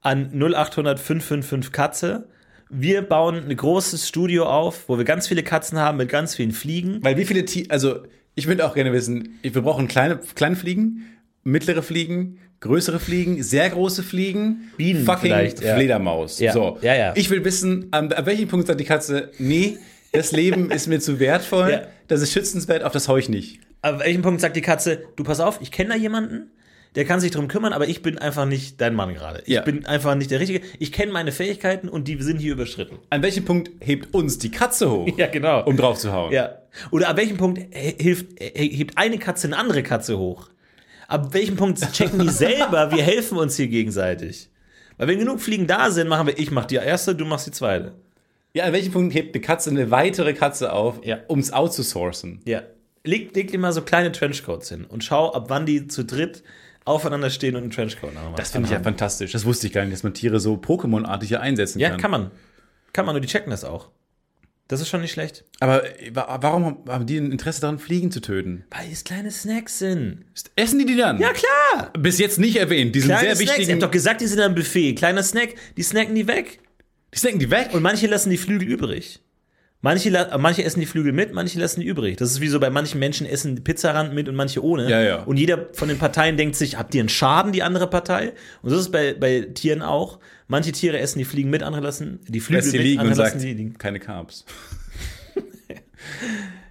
Speaker 3: an 0800 555 Katze. Wir bauen ein großes Studio auf, wo wir ganz viele Katzen haben mit ganz vielen Fliegen.
Speaker 2: Weil wie viele Tiere, also ich würde auch gerne wissen, ich- wir brauchen kleine, kleine Fliegen, mittlere Fliegen, größere Fliegen, sehr große Fliegen,
Speaker 3: Bienen
Speaker 2: fucking
Speaker 3: vielleicht, ja.
Speaker 2: Fledermaus.
Speaker 3: Ja,
Speaker 2: So.
Speaker 3: ja, ja.
Speaker 2: Ich will wissen, an, an welchem Punkt sagt die Katze, nee, das Leben ist mir zu wertvoll,
Speaker 3: Ja.
Speaker 2: das ist schützenswert, auf das hau ich nicht.
Speaker 3: An welchem Punkt sagt die Katze, du pass auf, ich kenne da jemanden, der kann sich drum kümmern, aber ich bin einfach nicht dein Mann gerade. Ich
Speaker 2: Ja.
Speaker 3: bin einfach nicht der Richtige. Ich kenne meine Fähigkeiten und die sind hier überschritten.
Speaker 2: An welchem Punkt hebt uns die Katze hoch,
Speaker 3: Ja, genau.
Speaker 2: um drauf zu hauen?
Speaker 3: Ja. Oder ab welchem Punkt he- hilft, he- hebt eine Katze eine andere Katze hoch? Ab welchem Punkt checken die selber, wir helfen uns hier gegenseitig? Weil wenn genug Fliegen da sind, machen wir, ich mach die erste, du machst die zweite.
Speaker 2: Ja, an welchem Punkt hebt eine Katze eine weitere Katze auf,
Speaker 3: Ja.
Speaker 2: um es outzusourcen?
Speaker 3: Ja. Leg, leg dir mal so kleine Trenchcoats hin und schau, ab wann die zu dritt aufeinander stehen und einen Trenchcoat haben.
Speaker 2: Das finde ich ja fantastisch. Das wusste ich gar nicht, dass man Tiere so Pokémon-artig hier einsetzen
Speaker 3: Ja,
Speaker 2: kann.
Speaker 3: kann man. Kann man, nur die checken das auch. Das ist schon nicht schlecht.
Speaker 2: Aber äh, wa- warum haben die ein Interesse daran, Fliegen zu töten?
Speaker 3: Weil es kleine Snacks sind.
Speaker 2: Essen die die dann?
Speaker 3: Ja, klar.
Speaker 2: Bis jetzt nicht erwähnt. Die sind
Speaker 3: Kleine
Speaker 2: sehr
Speaker 3: Snacks. Ich hab
Speaker 2: wichtig.
Speaker 3: doch gesagt, die sind am Buffet. Kleiner Snack, die snacken die weg.
Speaker 2: Die snacken die weg.
Speaker 3: Und manche lassen die Flügel übrig. Manche, la- manche essen die Flügel mit, manche lassen die übrig. Das ist wie so bei manchen Menschen essen die Pizzarand mit und manche ohne.
Speaker 2: Ja, ja.
Speaker 3: Und jeder von den Parteien denkt sich, habt ihr einen Schaden, die andere Partei? Und so ist es bei, bei Tieren auch. Manche Tiere essen die Fliegen mit, andere lassen die Flügel
Speaker 2: lässt die
Speaker 3: mit,
Speaker 2: liegen
Speaker 3: andere
Speaker 2: und sagt,
Speaker 3: lassen die liegen.
Speaker 2: keine Carbs.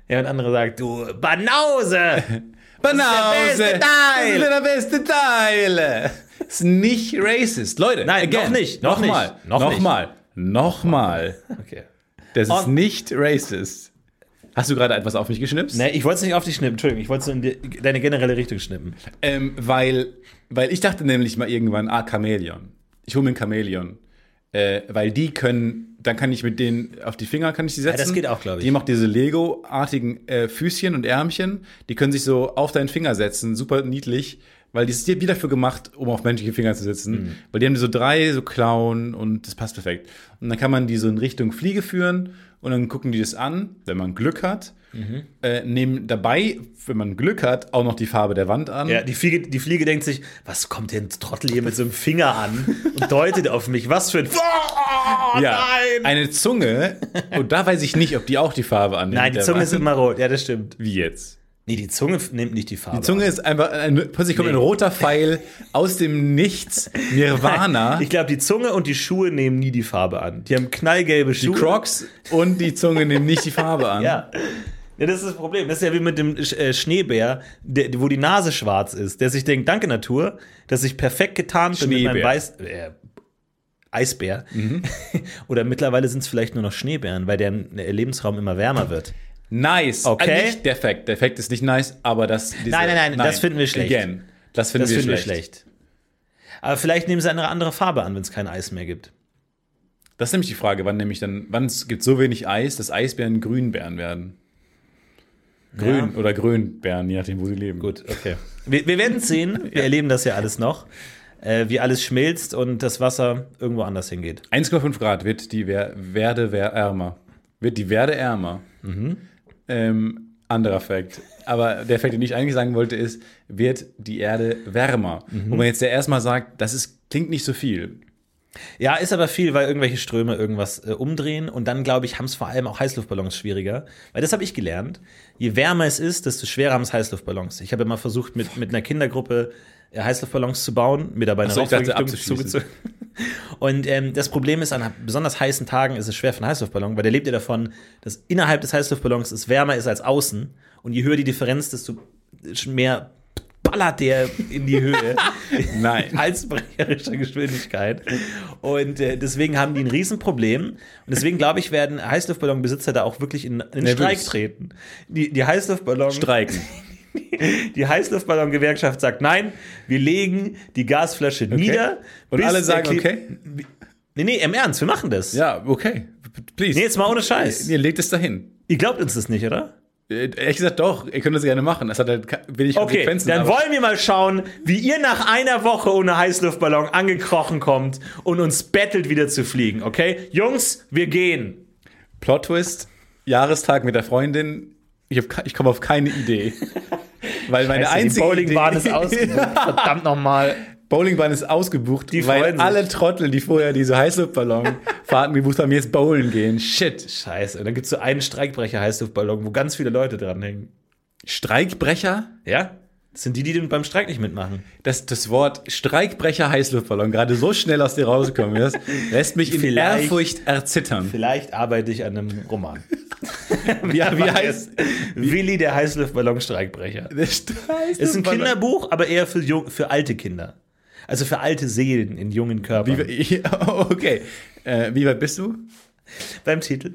Speaker 3: Ja, und andere sagt, du Banause!
Speaker 2: Banause!
Speaker 3: beste Teil.
Speaker 2: Das ist der beste Teil! Ist nicht racist. Leute,
Speaker 3: Nein,
Speaker 2: again,
Speaker 3: noch nicht, noch nicht,
Speaker 2: Nochmal,
Speaker 3: noch nicht.
Speaker 2: nochmal, nochmal.
Speaker 3: Okay.
Speaker 2: Das ist
Speaker 3: Und-
Speaker 2: nicht racist. Hast du gerade etwas auf mich geschnipst?
Speaker 3: Nee, Ne, ich wollte es nicht auf dich schnippen, Entschuldigung, ich wollte es in die, deine generelle Richtung schnippen.
Speaker 2: Ähm, weil, weil ich dachte nämlich mal irgendwann, ah, Chamäleon. Ich hole mir ein Chamäleon. Äh, weil die können, dann kann ich mit denen auf die Finger, kann ich die setzen.
Speaker 3: das geht auch, glaub ich.
Speaker 2: Die haben auch diese Lego-artigen äh, Füßchen und Ärmchen. Die können sich so auf deinen Finger setzen, super niedlich. weil die ist wieder dafür gemacht, um auf menschliche Finger zu setzen.
Speaker 3: Mhm.
Speaker 2: Weil die haben so drei, so Klauen und das passt perfekt. Und dann kann man die so in Richtung Fliege führen und dann gucken die das an, wenn man Glück hat.
Speaker 3: Mhm.
Speaker 2: Äh, nehmen dabei, wenn man Glück hat, auch noch die Farbe der Wand an.
Speaker 3: Ja, die Fliege, die Fliege denkt sich, was kommt denn Trottel hier mit so einem Finger an und deutet auf mich, was für ein. Oh,
Speaker 2: Ja,
Speaker 3: Nein!
Speaker 2: eine Zunge. Und da weiß ich nicht, ob die auch die Farbe annimmt.
Speaker 3: Nein, die
Speaker 2: der
Speaker 3: Zunge ist
Speaker 2: Wand.
Speaker 3: immer rot. Ja, das stimmt.
Speaker 2: wie jetzt.
Speaker 3: Nee, die Zunge f- nimmt nicht die Farbe.
Speaker 2: Die Zunge ist einfach, ein, plötzlich kommt ein roter Pfeil aus dem Nichts, Nirvana,
Speaker 3: Ich glaube, die Zunge und die Schuhe nehmen nie die Farbe an. Die haben knallgelbe
Speaker 2: die
Speaker 3: Schuhe.
Speaker 2: Crocs und die Zunge nehmen nicht die Farbe an.
Speaker 3: Ja. ja, das ist das Problem. Das ist ja wie mit dem Sch- äh, Schneebär, der, wo die Nase schwarz ist, der sich denkt, danke Natur, dass ich perfekt getarnt bin mit meinem
Speaker 2: Schneebär. Mhm.
Speaker 3: Weiß äh, Eisbär. Oder mittlerweile sind es vielleicht nur noch Schneebären, weil deren äh, Lebensraum immer wärmer wird.
Speaker 2: Nice.
Speaker 3: Okay.
Speaker 2: Also nicht der Fact. Der Fact ist nicht nice, aber das. Diese,
Speaker 3: Nein, nein, nein, das finden wir schlecht.
Speaker 2: Again. Das finden,
Speaker 3: Das
Speaker 2: wir,
Speaker 3: finden wir
Speaker 2: schlecht.
Speaker 3: schlecht. Aber vielleicht nehmen sie eine andere Farbe an, wenn es kein Eis mehr gibt.
Speaker 2: Das ist nämlich die Frage, wann nämlich dann, wann es gibt so wenig Eis, dass Eisbären Grünbären werden. Grün oder Grönbären, je nachdem, wo sie leben.
Speaker 3: Gut, okay. Wir, wir werden es sehen. Wir erleben das ja alles noch. Äh, wie alles schmilzt und das Wasser irgendwo anders hingeht.
Speaker 2: 1,5 Grad wird die Wer Werde wer ärmer. Wird die Werde ärmer. Ähm, anderer Fact. Aber der Fact, den ich eigentlich sagen wollte, ist, wird die Erde wärmer. Wo man jetzt ja erstmal sagt, das ist, klingt nicht so viel.
Speaker 3: Ja, ist aber viel, weil irgendwelche Ströme irgendwas äh, umdrehen und dann, glaube ich, haben es vor allem auch Heißluftballons schwieriger. Weil das habe ich gelernt. Je wärmer es ist, desto schwerer haben es Heißluftballons. Ich habe immer versucht, mit, mit einer Kindergruppe äh, Heißluftballons zu bauen, mir dabei eine
Speaker 2: Achso, ich dachte,
Speaker 3: Rauchvergichtung
Speaker 2: abzuschießen.
Speaker 3: zugezogen. Und ähm, das Problem ist, an besonders heißen Tagen ist es schwer für einen Heißluftballon, weil der lebt ja davon, dass innerhalb des Heißluftballons es wärmer ist als außen. Und je höher die Differenz, desto mehr ballert der in die Höhe.
Speaker 2: Nein.
Speaker 3: halsbrecherischer Geschwindigkeit. Und äh, deswegen haben die ein Riesenproblem. Und deswegen, glaube ich, werden Heißluftballonbesitzer da auch wirklich in, in den
Speaker 2: Nervös.
Speaker 3: Streik treten. Die, die Heißluftballon.
Speaker 2: Streiken.
Speaker 3: Die Heißluftballongewerkschaft sagt, nein, wir legen die Gasflasche nieder.
Speaker 2: Und
Speaker 3: bis
Speaker 2: alle
Speaker 3: der
Speaker 2: sagen,
Speaker 3: Kli-
Speaker 2: okay.
Speaker 3: Nee, nee, im Ernst, wir machen das.
Speaker 2: Ja, okay. Please.
Speaker 3: Nee, jetzt mal ohne Scheiß.
Speaker 2: Ihr legt es dahin.
Speaker 3: Ihr glaubt uns das nicht, oder?
Speaker 2: Äh, Ehrlich gesagt, doch. Ihr könnt das gerne machen. Das hat halt ke- wenig
Speaker 3: Okay,
Speaker 2: Konsequenzen.
Speaker 3: dann
Speaker 2: aber-
Speaker 3: wollen wir mal schauen, wie ihr nach einer Woche ohne Heißluftballon angekrochen kommt und uns bettelt, wieder zu fliegen, okay? Jungs, wir gehen.
Speaker 2: Plot Twist. Jahrestag mit der Freundin. Ich, hab ke- ich komme auf keine Idee. Weil meine
Speaker 3: Scheiße,
Speaker 2: einzige
Speaker 3: die Bowlingbahn
Speaker 2: Idee-
Speaker 3: ist ausgebucht. Verdammt nochmal.
Speaker 2: Bowlingbahn ist ausgebucht,
Speaker 3: Die freuen
Speaker 2: weil
Speaker 3: sich.
Speaker 2: alle Trottel, die vorher diese Heißluftballonfahrten gebucht haben, jetzt bowlen gehen. Shit.
Speaker 3: Scheiße. Und dann gibt es so einen Streikbrecher-Heißluftballon, wo ganz viele Leute dranhängen.
Speaker 2: Streikbrecher?
Speaker 3: Ja? Das sind die, die beim Streik nicht mitmachen.
Speaker 2: Das, das Wort Streikbrecher Heißluftballon gerade so schnell aus dir rausgekommen ist, lässt mich in
Speaker 3: Vielleicht-
Speaker 2: Ehrfurcht erzittern.
Speaker 3: Vielleicht arbeite ich an einem Roman.
Speaker 2: Wie, wie heißt
Speaker 3: Willi, der Heißluftballon-Streikbrecher.
Speaker 2: der Streikbrecher?
Speaker 3: Ist ein Kinderbuch, aber eher für, jung, für alte Kinder. Also für alte Seelen in jungen Körpern.
Speaker 2: Okay. Äh, wie weit bist du?
Speaker 3: beim Titel.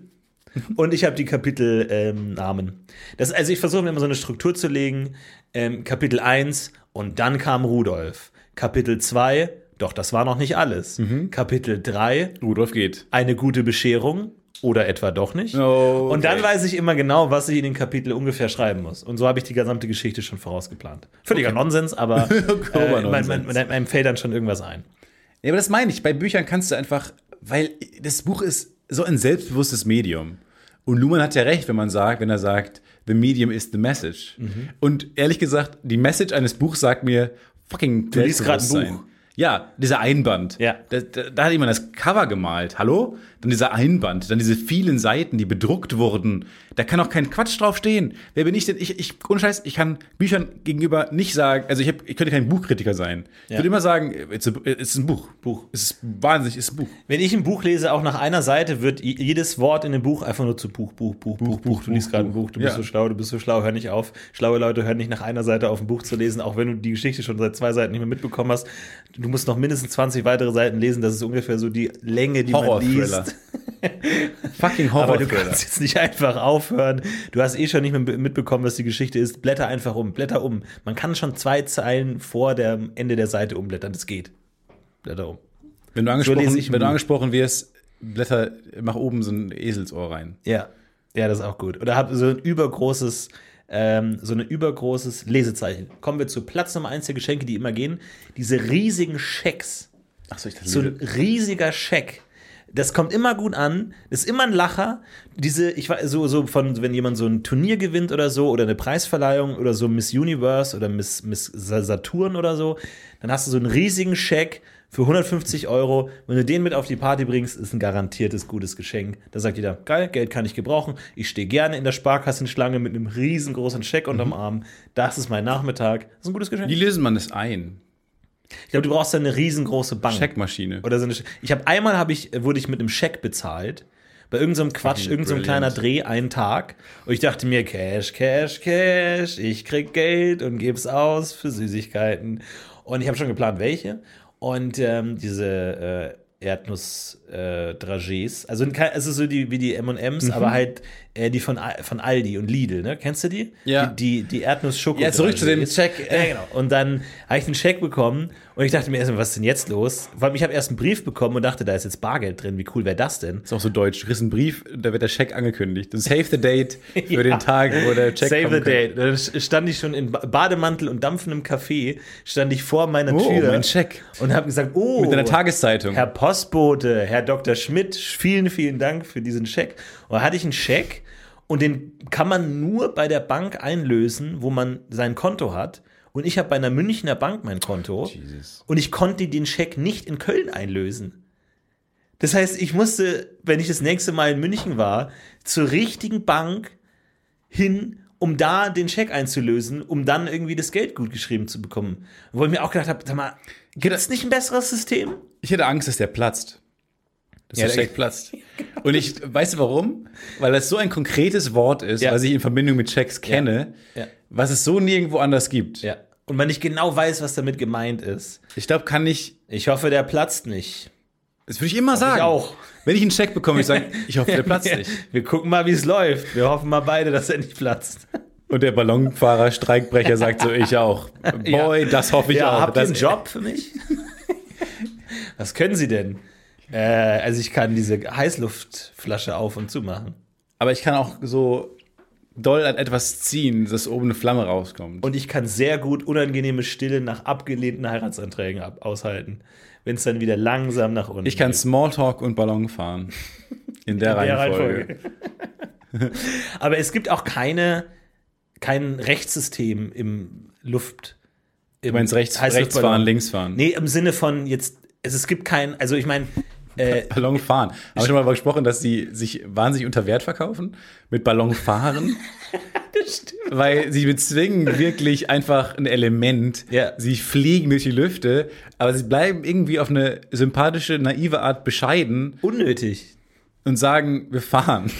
Speaker 2: Mhm.
Speaker 3: Und ich habe die Kapitelnamen. Ähm, Namen. das, also ich versuche mir immer so eine Struktur zu legen. Ähm, Kapitel 1 und dann kam Rudolf. Kapitel 2, doch das war noch nicht alles.
Speaker 2: Mhm.
Speaker 3: Kapitel 3,
Speaker 2: Rudolf geht.
Speaker 3: eine gute Bescherung oder etwa doch nicht.
Speaker 2: Oh, okay.
Speaker 3: Und dann weiß ich immer genau, was ich in den Kapitel ungefähr schreiben muss. Und so habe ich die gesamte Geschichte schon vorausgeplant. Völliger Nonsens, aber äh,
Speaker 2: Grober
Speaker 3: man, man,
Speaker 2: Nonsens.
Speaker 3: man, einem fällt dann schon irgendwas ein.
Speaker 2: Ja, aber das meine ich. Bei Büchern kannst du einfach, weil das Buch ist so ein selbstbewusstes Medium. Und Luhmann hat ja recht, wenn man sagt, wenn er sagt, the medium is the message.
Speaker 3: Mhm.
Speaker 2: Und ehrlich gesagt, die Message eines Buchs sagt mir, fucking, du
Speaker 3: liest grad ein Buch.
Speaker 2: Ja, dieser Einband.
Speaker 3: Ja.
Speaker 2: Da, da, da hat jemand das Cover gemalt. Hallo? Dann dieser Einband, dann diese vielen Seiten, die bedruckt wurden. Da kann auch kein Quatsch draufstehen. Wer bin ich denn? Ich, ich, ohne Scheiß, ich kann Büchern gegenüber nicht sagen, also ich, hab, ich könnte kein Buchkritiker sein. Ich
Speaker 3: Ja.
Speaker 2: würde immer sagen, it's a, es ist ein Buch.
Speaker 3: Buch.
Speaker 2: Es ist wahnsinnig, es ist ein Buch.
Speaker 3: Wenn ich ein Buch lese, auch nach einer Seite wird i- jedes Wort in dem Buch einfach nur zu Buch, Buch, Buch, Buch, Buch.
Speaker 2: Buch,
Speaker 3: Du liest gerade ein
Speaker 2: Buch.
Speaker 3: Buch, du bist
Speaker 2: Ja.
Speaker 3: so schlau, du bist so schlau, hör nicht auf. Schlaue Leute hören nicht nach einer Seite auf, ein Buch zu lesen, auch wenn du die Geschichte schon seit zwei Seiten nicht mehr mitbekommen hast. Du musst noch mindestens 20 weitere Seiten lesen, das ist ungefähr so die Länge, die man
Speaker 2: Horror-Thriller.
Speaker 3: liest.
Speaker 2: Fucking
Speaker 3: Aber du
Speaker 2: Horror-Thriller.
Speaker 3: kannst jetzt nicht einfach aufhören. Du hast eh schon nicht mehr mitbekommen, was die Geschichte ist. Blätter einfach um, blätter um. Man kann schon zwei Zeilen vor dem Ende der Seite umblättern, das geht. Blätter um.
Speaker 2: Wenn du angesprochen,
Speaker 3: lese ich ein
Speaker 2: wenn du
Speaker 3: Buch.
Speaker 2: angesprochen wirst, Blätter, mach oben so ein Eselsohr rein.
Speaker 3: Ja, ja, das ist auch gut. Oder hab so ein übergroßes ähm, so ein übergroßes Lesezeichen. Kommen wir zu Platz Nummer eins der Geschenke, die immer gehen. Diese riesigen Schecks.
Speaker 2: Achso, ich dachte,
Speaker 3: So ein riesiger Scheck. Das kommt immer gut an, das ist immer ein Lacher. Diese, ich weiß, so, so von, wenn jemand so ein Turnier gewinnt oder so, oder eine Preisverleihung oder so Miss Universe oder Miss, Miss Sa- Saturn oder so, dann hast du so einen riesigen Scheck für 150 Euro. Wenn du den mit auf die Party bringst, ist ein garantiertes gutes Geschenk. Da sagt jeder, geil, Geld kann ich gebrauchen. Ich stehe gerne in der Sparkassenschlange mit einem riesengroßen Scheck unterm Arm. Das ist mein Nachmittag. Das ist ein gutes
Speaker 2: wie
Speaker 3: Geschenk.
Speaker 2: löst man das ein?
Speaker 3: Ich glaube, du brauchst da eine riesengroße Bank.
Speaker 2: Checkmaschine.
Speaker 3: Oder so eine Sch- ich habe einmal habe ich wurde ich mit einem Scheck bezahlt. Bei irgendeinem Quatsch,
Speaker 2: Fucking
Speaker 3: irgendeinem
Speaker 2: brilliant.
Speaker 3: kleiner Dreh einen Tag. Und ich dachte mir, Cash, Cash, Cash, ich krieg Geld und geb's aus für Süßigkeiten. Und ich habe schon geplant, welche. Und ähm, diese äh, Erdnuss-Dragés, also in kein- es ist so die, wie die MMs,
Speaker 2: Mhm.
Speaker 3: aber halt äh, die von, Al- von Aldi und Lidl, ne? Kennst du die?
Speaker 2: Ja.
Speaker 3: Die, die, die Erdnuss-Schoko.
Speaker 2: Ja, zurück zu dem Check.
Speaker 3: also Ja, genau. Und dann habe ich einen Scheck bekommen und ich dachte mir erstmal, was ist denn jetzt los? Vor allem, ich habe erst einen Brief bekommen und dachte, da ist jetzt Bargeld drin. Wie cool wäre das denn?
Speaker 2: Ist auch so deutsch. Du kriegst einen Brief, da wird der Scheck angekündigt. Und save the date für den Tag, wo der Check
Speaker 3: Save
Speaker 2: kommen
Speaker 3: the
Speaker 2: könnte.
Speaker 3: date. Dann stand ich schon in Ba- Bademantel und dampfendem Kaffee, stand ich vor meiner
Speaker 2: Oh,
Speaker 3: Tür
Speaker 2: mein Scheck.
Speaker 3: und habe gesagt, oh,
Speaker 2: Mit deiner Tageszeitung.
Speaker 3: Herr Postbote, Herr Dr. Schmidt, vielen, vielen Dank für diesen Scheck. Und da hatte ich einen Scheck und den kann man nur bei der Bank einlösen, wo man sein Konto hat. Und ich habe bei einer Münchner Bank mein Konto.
Speaker 2: Jesus.
Speaker 3: Und ich konnte den Scheck nicht in Köln einlösen. Das heißt, ich musste, wenn ich das nächste Mal in München war, zur richtigen Bank hin, um da den Scheck einzulösen, um dann irgendwie das Geld gut geschrieben zu bekommen. Wo ich mir auch gedacht habe, sag mal, gibt es nicht ein besseres System?
Speaker 2: Ich hätte Angst, dass der platzt. Dass
Speaker 3: Ja, genau.
Speaker 2: der
Speaker 3: der-
Speaker 2: Scheck platzt. Und ich, weißt du warum? Weil das so ein konkretes Wort ist,
Speaker 3: Ja.
Speaker 2: was ich in Verbindung mit Checks kenne,
Speaker 3: Ja.
Speaker 2: was es so nirgendwo anders gibt.
Speaker 3: Und wenn ich genau weiß, was damit gemeint ist.
Speaker 2: Ich glaube, kann ich,
Speaker 3: Ich hoffe, der platzt nicht.
Speaker 2: das würde ich immer sagen.
Speaker 3: auch.
Speaker 2: Wenn ich einen Check bekomme, ich sage, ich hoffe, der platzt nicht.
Speaker 3: Wir gucken mal, wie es läuft. Wir hoffen mal beide, dass er nicht platzt.
Speaker 2: Und der Ballonfahrer, Streikbrecher sagt so, ich auch. Boy, das hoffe ich
Speaker 3: ja,
Speaker 2: auch.
Speaker 3: habt ihr
Speaker 2: das
Speaker 3: einen Job für mich? Was können Sie denn? Äh, also ich kann diese Heißluftflasche auf und zu machen.
Speaker 2: Aber ich kann auch so doll an etwas ziehen, dass oben eine Flamme rauskommt.
Speaker 3: Und ich kann sehr gut unangenehme Stille nach abgelehnten Heiratsanträgen ab aushalten, wenn es dann wieder langsam nach unten
Speaker 2: ich kann Smalltalk und Ballon fahren. In der,
Speaker 3: geht. Der
Speaker 2: Reihenfolge.
Speaker 3: Reihenfolge. Aber es gibt auch keine, kein Rechtssystem im Luft.
Speaker 2: Du meinst rechts, rechts fahren, links fahren.
Speaker 3: Nee, im Sinne von jetzt, es, es gibt kein, also ich meine, äh,
Speaker 2: Ballon fahren. Haben wir schon mal darüber gesprochen, dass sie sich wahnsinnig unter Wert verkaufen mit Ballon fahren? Weil sie bezwingen wirklich einfach ein Element.
Speaker 3: Ja.
Speaker 2: Sie fliegen durch die Lüfte, aber sie bleiben irgendwie auf eine sympathische, naive Art bescheiden
Speaker 3: unnötig.
Speaker 2: und sagen, wir fahren.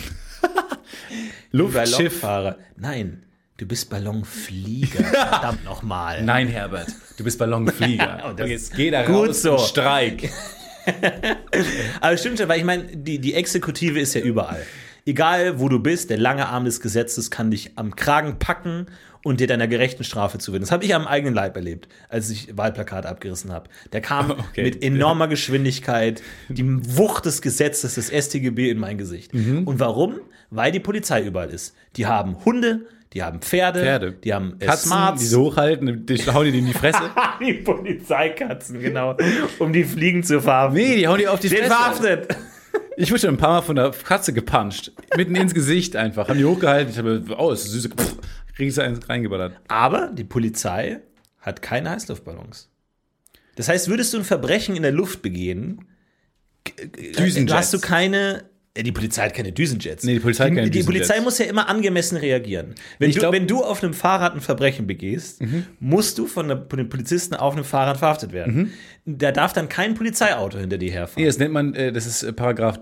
Speaker 2: Luftschiff.
Speaker 3: Ballonfahrer. Nein, du bist Ballonflieger. Verdammt nochmal.
Speaker 2: Nein, Herbert, du bist Ballonflieger.
Speaker 3: Und das-
Speaker 2: geh da
Speaker 3: Gut so.
Speaker 2: und Streik.
Speaker 3: Aber stimmt schon, weil ich meine, die, die Exekutive ist ja überall. Egal, wo du bist, der lange Arm des Gesetzes kann dich am Kragen packen und dir deiner gerechten Strafe zuwenden. Das habe ich am eigenen Leib erlebt, als ich Wahlplakate abgerissen habe. Der kam
Speaker 2: Okay.
Speaker 3: mit enormer Geschwindigkeit, die Wucht des Gesetzes, des StGB in mein Gesicht.
Speaker 2: Mhm.
Speaker 3: Und warum? Weil die Polizei überall ist. Die haben Hunde, die haben Pferde,
Speaker 2: Pferde.
Speaker 3: die haben äh,
Speaker 2: Katzen, die so hochhalten, die hauen die in die Fresse.
Speaker 3: die Polizeikatzen, genau, um die Fliegen zu verhaften.
Speaker 2: Nee, die hauen die auf die
Speaker 3: Den
Speaker 2: Fresse.
Speaker 3: verhaftet!
Speaker 2: Ich wurde schon ein paar Mal von der Katze gepuncht. Mitten ins Gesicht einfach. Haben die hochgehalten. Ich habe, oh, ist eine süße. Pff, kriegst du eins reingeballert.
Speaker 3: Aber die Polizei hat keine Heißluftballons. Das heißt, würdest du ein Verbrechen in der Luft begehen,
Speaker 2: Äh, Düsenjets.
Speaker 3: hast du keine. äh, Die Polizei hat keine Düsenjets.
Speaker 2: Nee, die Polizei hat keine
Speaker 3: Die
Speaker 2: Düsenjets.
Speaker 3: Polizei muss ja immer angemessen reagieren. Wenn,
Speaker 2: Ich
Speaker 3: du,
Speaker 2: glaub- Mhm.
Speaker 3: wenn du auf einem Fahrrad ein Verbrechen begehst, musst du von, der, von den Polizisten auf einem Fahrrad verhaftet werden.
Speaker 2: Mhm.
Speaker 3: Da darf dann kein Polizeiauto hinter dir herfahren.
Speaker 2: Nee, das nennt man, äh, das ist äh, Paragraph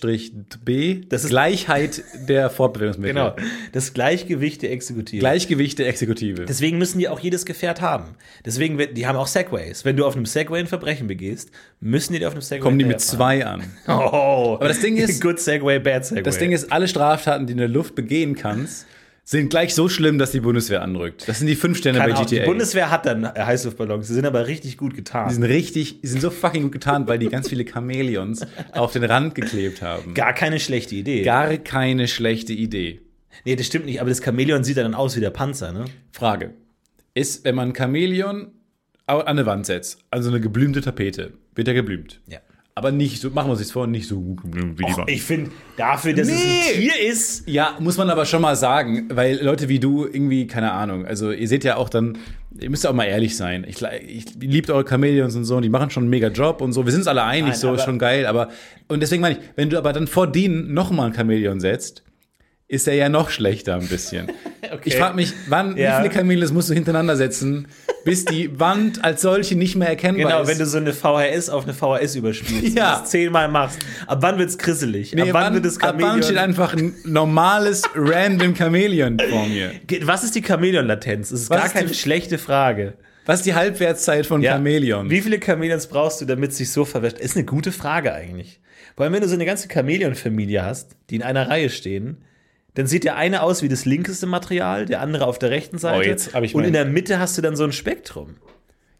Speaker 2: 13-B.
Speaker 3: Das ist-
Speaker 2: Gleichheit der Fortbewegungsmittel.
Speaker 3: Genau. Das Gleichgewicht der Exekutive.
Speaker 2: Gleichgewicht der Exekutive.
Speaker 3: Deswegen müssen die auch jedes Gefährt haben. Deswegen, wird- die haben auch Segways. Wenn du auf einem Segway ein Verbrechen begehst, müssen die dir auf einem Segway
Speaker 2: Kommen die mit
Speaker 3: hinterherfahren.
Speaker 2: zwei an.
Speaker 3: Oh. Aber
Speaker 2: das Ding ist-
Speaker 3: Good Segway, bad Segway.
Speaker 2: Das Ding ist, alle Straftaten, die in der Luft begehen kannst, sind gleich so schlimm, dass die Bundeswehr anrückt. Das sind die fünf Sterne
Speaker 3: Kann
Speaker 2: bei
Speaker 3: auch,
Speaker 2: GTA.
Speaker 3: Die Bundeswehr hat dann Heißluftballons, die sind aber richtig gut
Speaker 2: die
Speaker 3: getan.
Speaker 2: sind richtig, die sind so fucking gut getan, weil die ganz viele Chamäleons auf den Rand geklebt haben.
Speaker 3: Gar keine schlechte Idee.
Speaker 2: Gar keine schlechte Idee.
Speaker 3: Nee, das stimmt nicht, aber das Chamäleon sieht ja dann aus wie der Panzer, ne?
Speaker 2: Frage. Ist, wenn man ein Chamäleon au- an eine Wand setzt, also eine geblümte Tapete, wird er geblümt.
Speaker 3: Ja.
Speaker 2: Aber nicht so, machen wir uns nichts vor, nicht so gut geblümt wie die Wand.
Speaker 3: Ich finde, dafür, dass es
Speaker 2: Nee.
Speaker 3: ein Tier ist.
Speaker 2: Ja, muss man aber schon mal sagen, weil Leute wie du irgendwie, keine Ahnung, also ihr seht ja auch dann, ihr müsst ja auch mal ehrlich sein. Ich, ich liebt eure Chamäleons und so, und die machen schon einen mega Job und so. Wir sind uns alle einig,
Speaker 3: Nein,
Speaker 2: so ist
Speaker 3: aber-
Speaker 2: schon geil, aber, und deswegen meine ich, wenn du aber dann vor denen nochmal ein Chamäleon setzt, ist er ja noch schlechter ein bisschen. Ich frage mich, wann,
Speaker 3: Ja.
Speaker 2: wie viele Chamäleons musst du hintereinander setzen, bis die Wand als solche nicht mehr erkennbar
Speaker 3: Genau,
Speaker 2: ist?
Speaker 3: wenn du so eine VHS auf eine VHS überspielst,
Speaker 2: Ja.
Speaker 3: und das zehnmal machst. Ab wann wird's grisselig?
Speaker 2: Nee,
Speaker 3: ab wann wird es
Speaker 2: ab wann steht
Speaker 3: Chamäleon?
Speaker 2: einfach ein normales, random Chamäleon vor mir?
Speaker 3: Was ist die Chamäleon-Latenz? Das ist
Speaker 2: Was
Speaker 3: gar
Speaker 2: ist
Speaker 3: keine
Speaker 2: die-
Speaker 3: schlechte Frage.
Speaker 2: Was ist die Halbwertszeit von Chamäleon?
Speaker 3: Wie viele Chamäleons brauchst du, damit es sich so verwäscht? Ist eine gute Frage eigentlich. Vor allem, wenn du so eine ganze Chamäleon-Familie hast, die in einer Reihe stehen, dann sieht der eine aus wie das linkeste Material, der andere auf der rechten Seite.
Speaker 2: Oh, jetzt hab ich
Speaker 3: und
Speaker 2: meinen-
Speaker 3: in der Mitte hast du dann so ein Spektrum.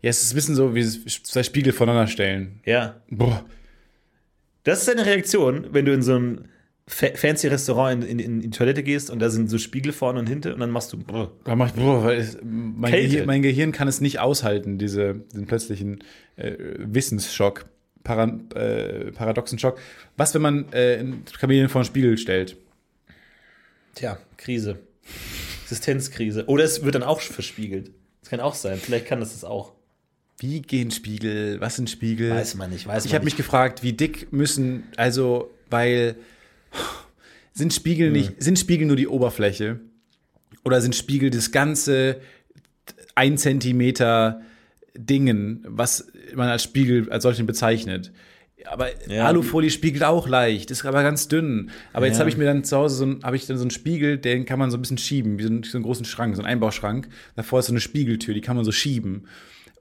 Speaker 2: Ja, es ist ein bisschen so, wie zwei Spiegel voneinander stellen.
Speaker 3: Ja.
Speaker 2: Boah.
Speaker 3: Das ist deine Reaktion, wenn du in so ein fa fancy Restaurant in, in, in die Toilette gehst und da sind so Spiegel vorne und hinten und dann machst du. brr.
Speaker 2: Da mach ich, boah, weil es, mein,
Speaker 3: Kälte.
Speaker 2: Gehirn, mein Gehirn kann es nicht aushalten, diese, diesen plötzlichen äh, Wissensschock, Paran, äh, paradoxen Schock. Was, wenn man äh, ein Chamäleon vor einen Spiegel stellt?
Speaker 3: Tja, Krise. Existenzkrise. Oder es wird dann auch verspiegelt. Das kann auch sein. Vielleicht kann das das auch.
Speaker 2: Wie gehen Spiegel? Was sind Spiegel?
Speaker 3: Äh, Weiß man nicht, weiß
Speaker 2: ich
Speaker 3: man
Speaker 2: habe mich
Speaker 3: nicht.
Speaker 2: gefragt, wie dick müssen, also, weil sind Spiegel nicht, sind Spiegel nur die Oberfläche? Oder sind Spiegel das ganze ein Zentimeter Dingen, was man als Spiegel als solchen bezeichnet? Aber
Speaker 3: Ja.
Speaker 2: Alufolie spiegelt auch leicht, ist aber ganz dünn. Aber jetzt
Speaker 3: Ja.
Speaker 2: habe ich mir dann zu Hause so einen, habe ich dann so einen Spiegel, den kann man so ein bisschen schieben, wie so einen, so einen großen Schrank, so einen Einbauschrank. Davor ist so eine Spiegeltür, die kann man so schieben.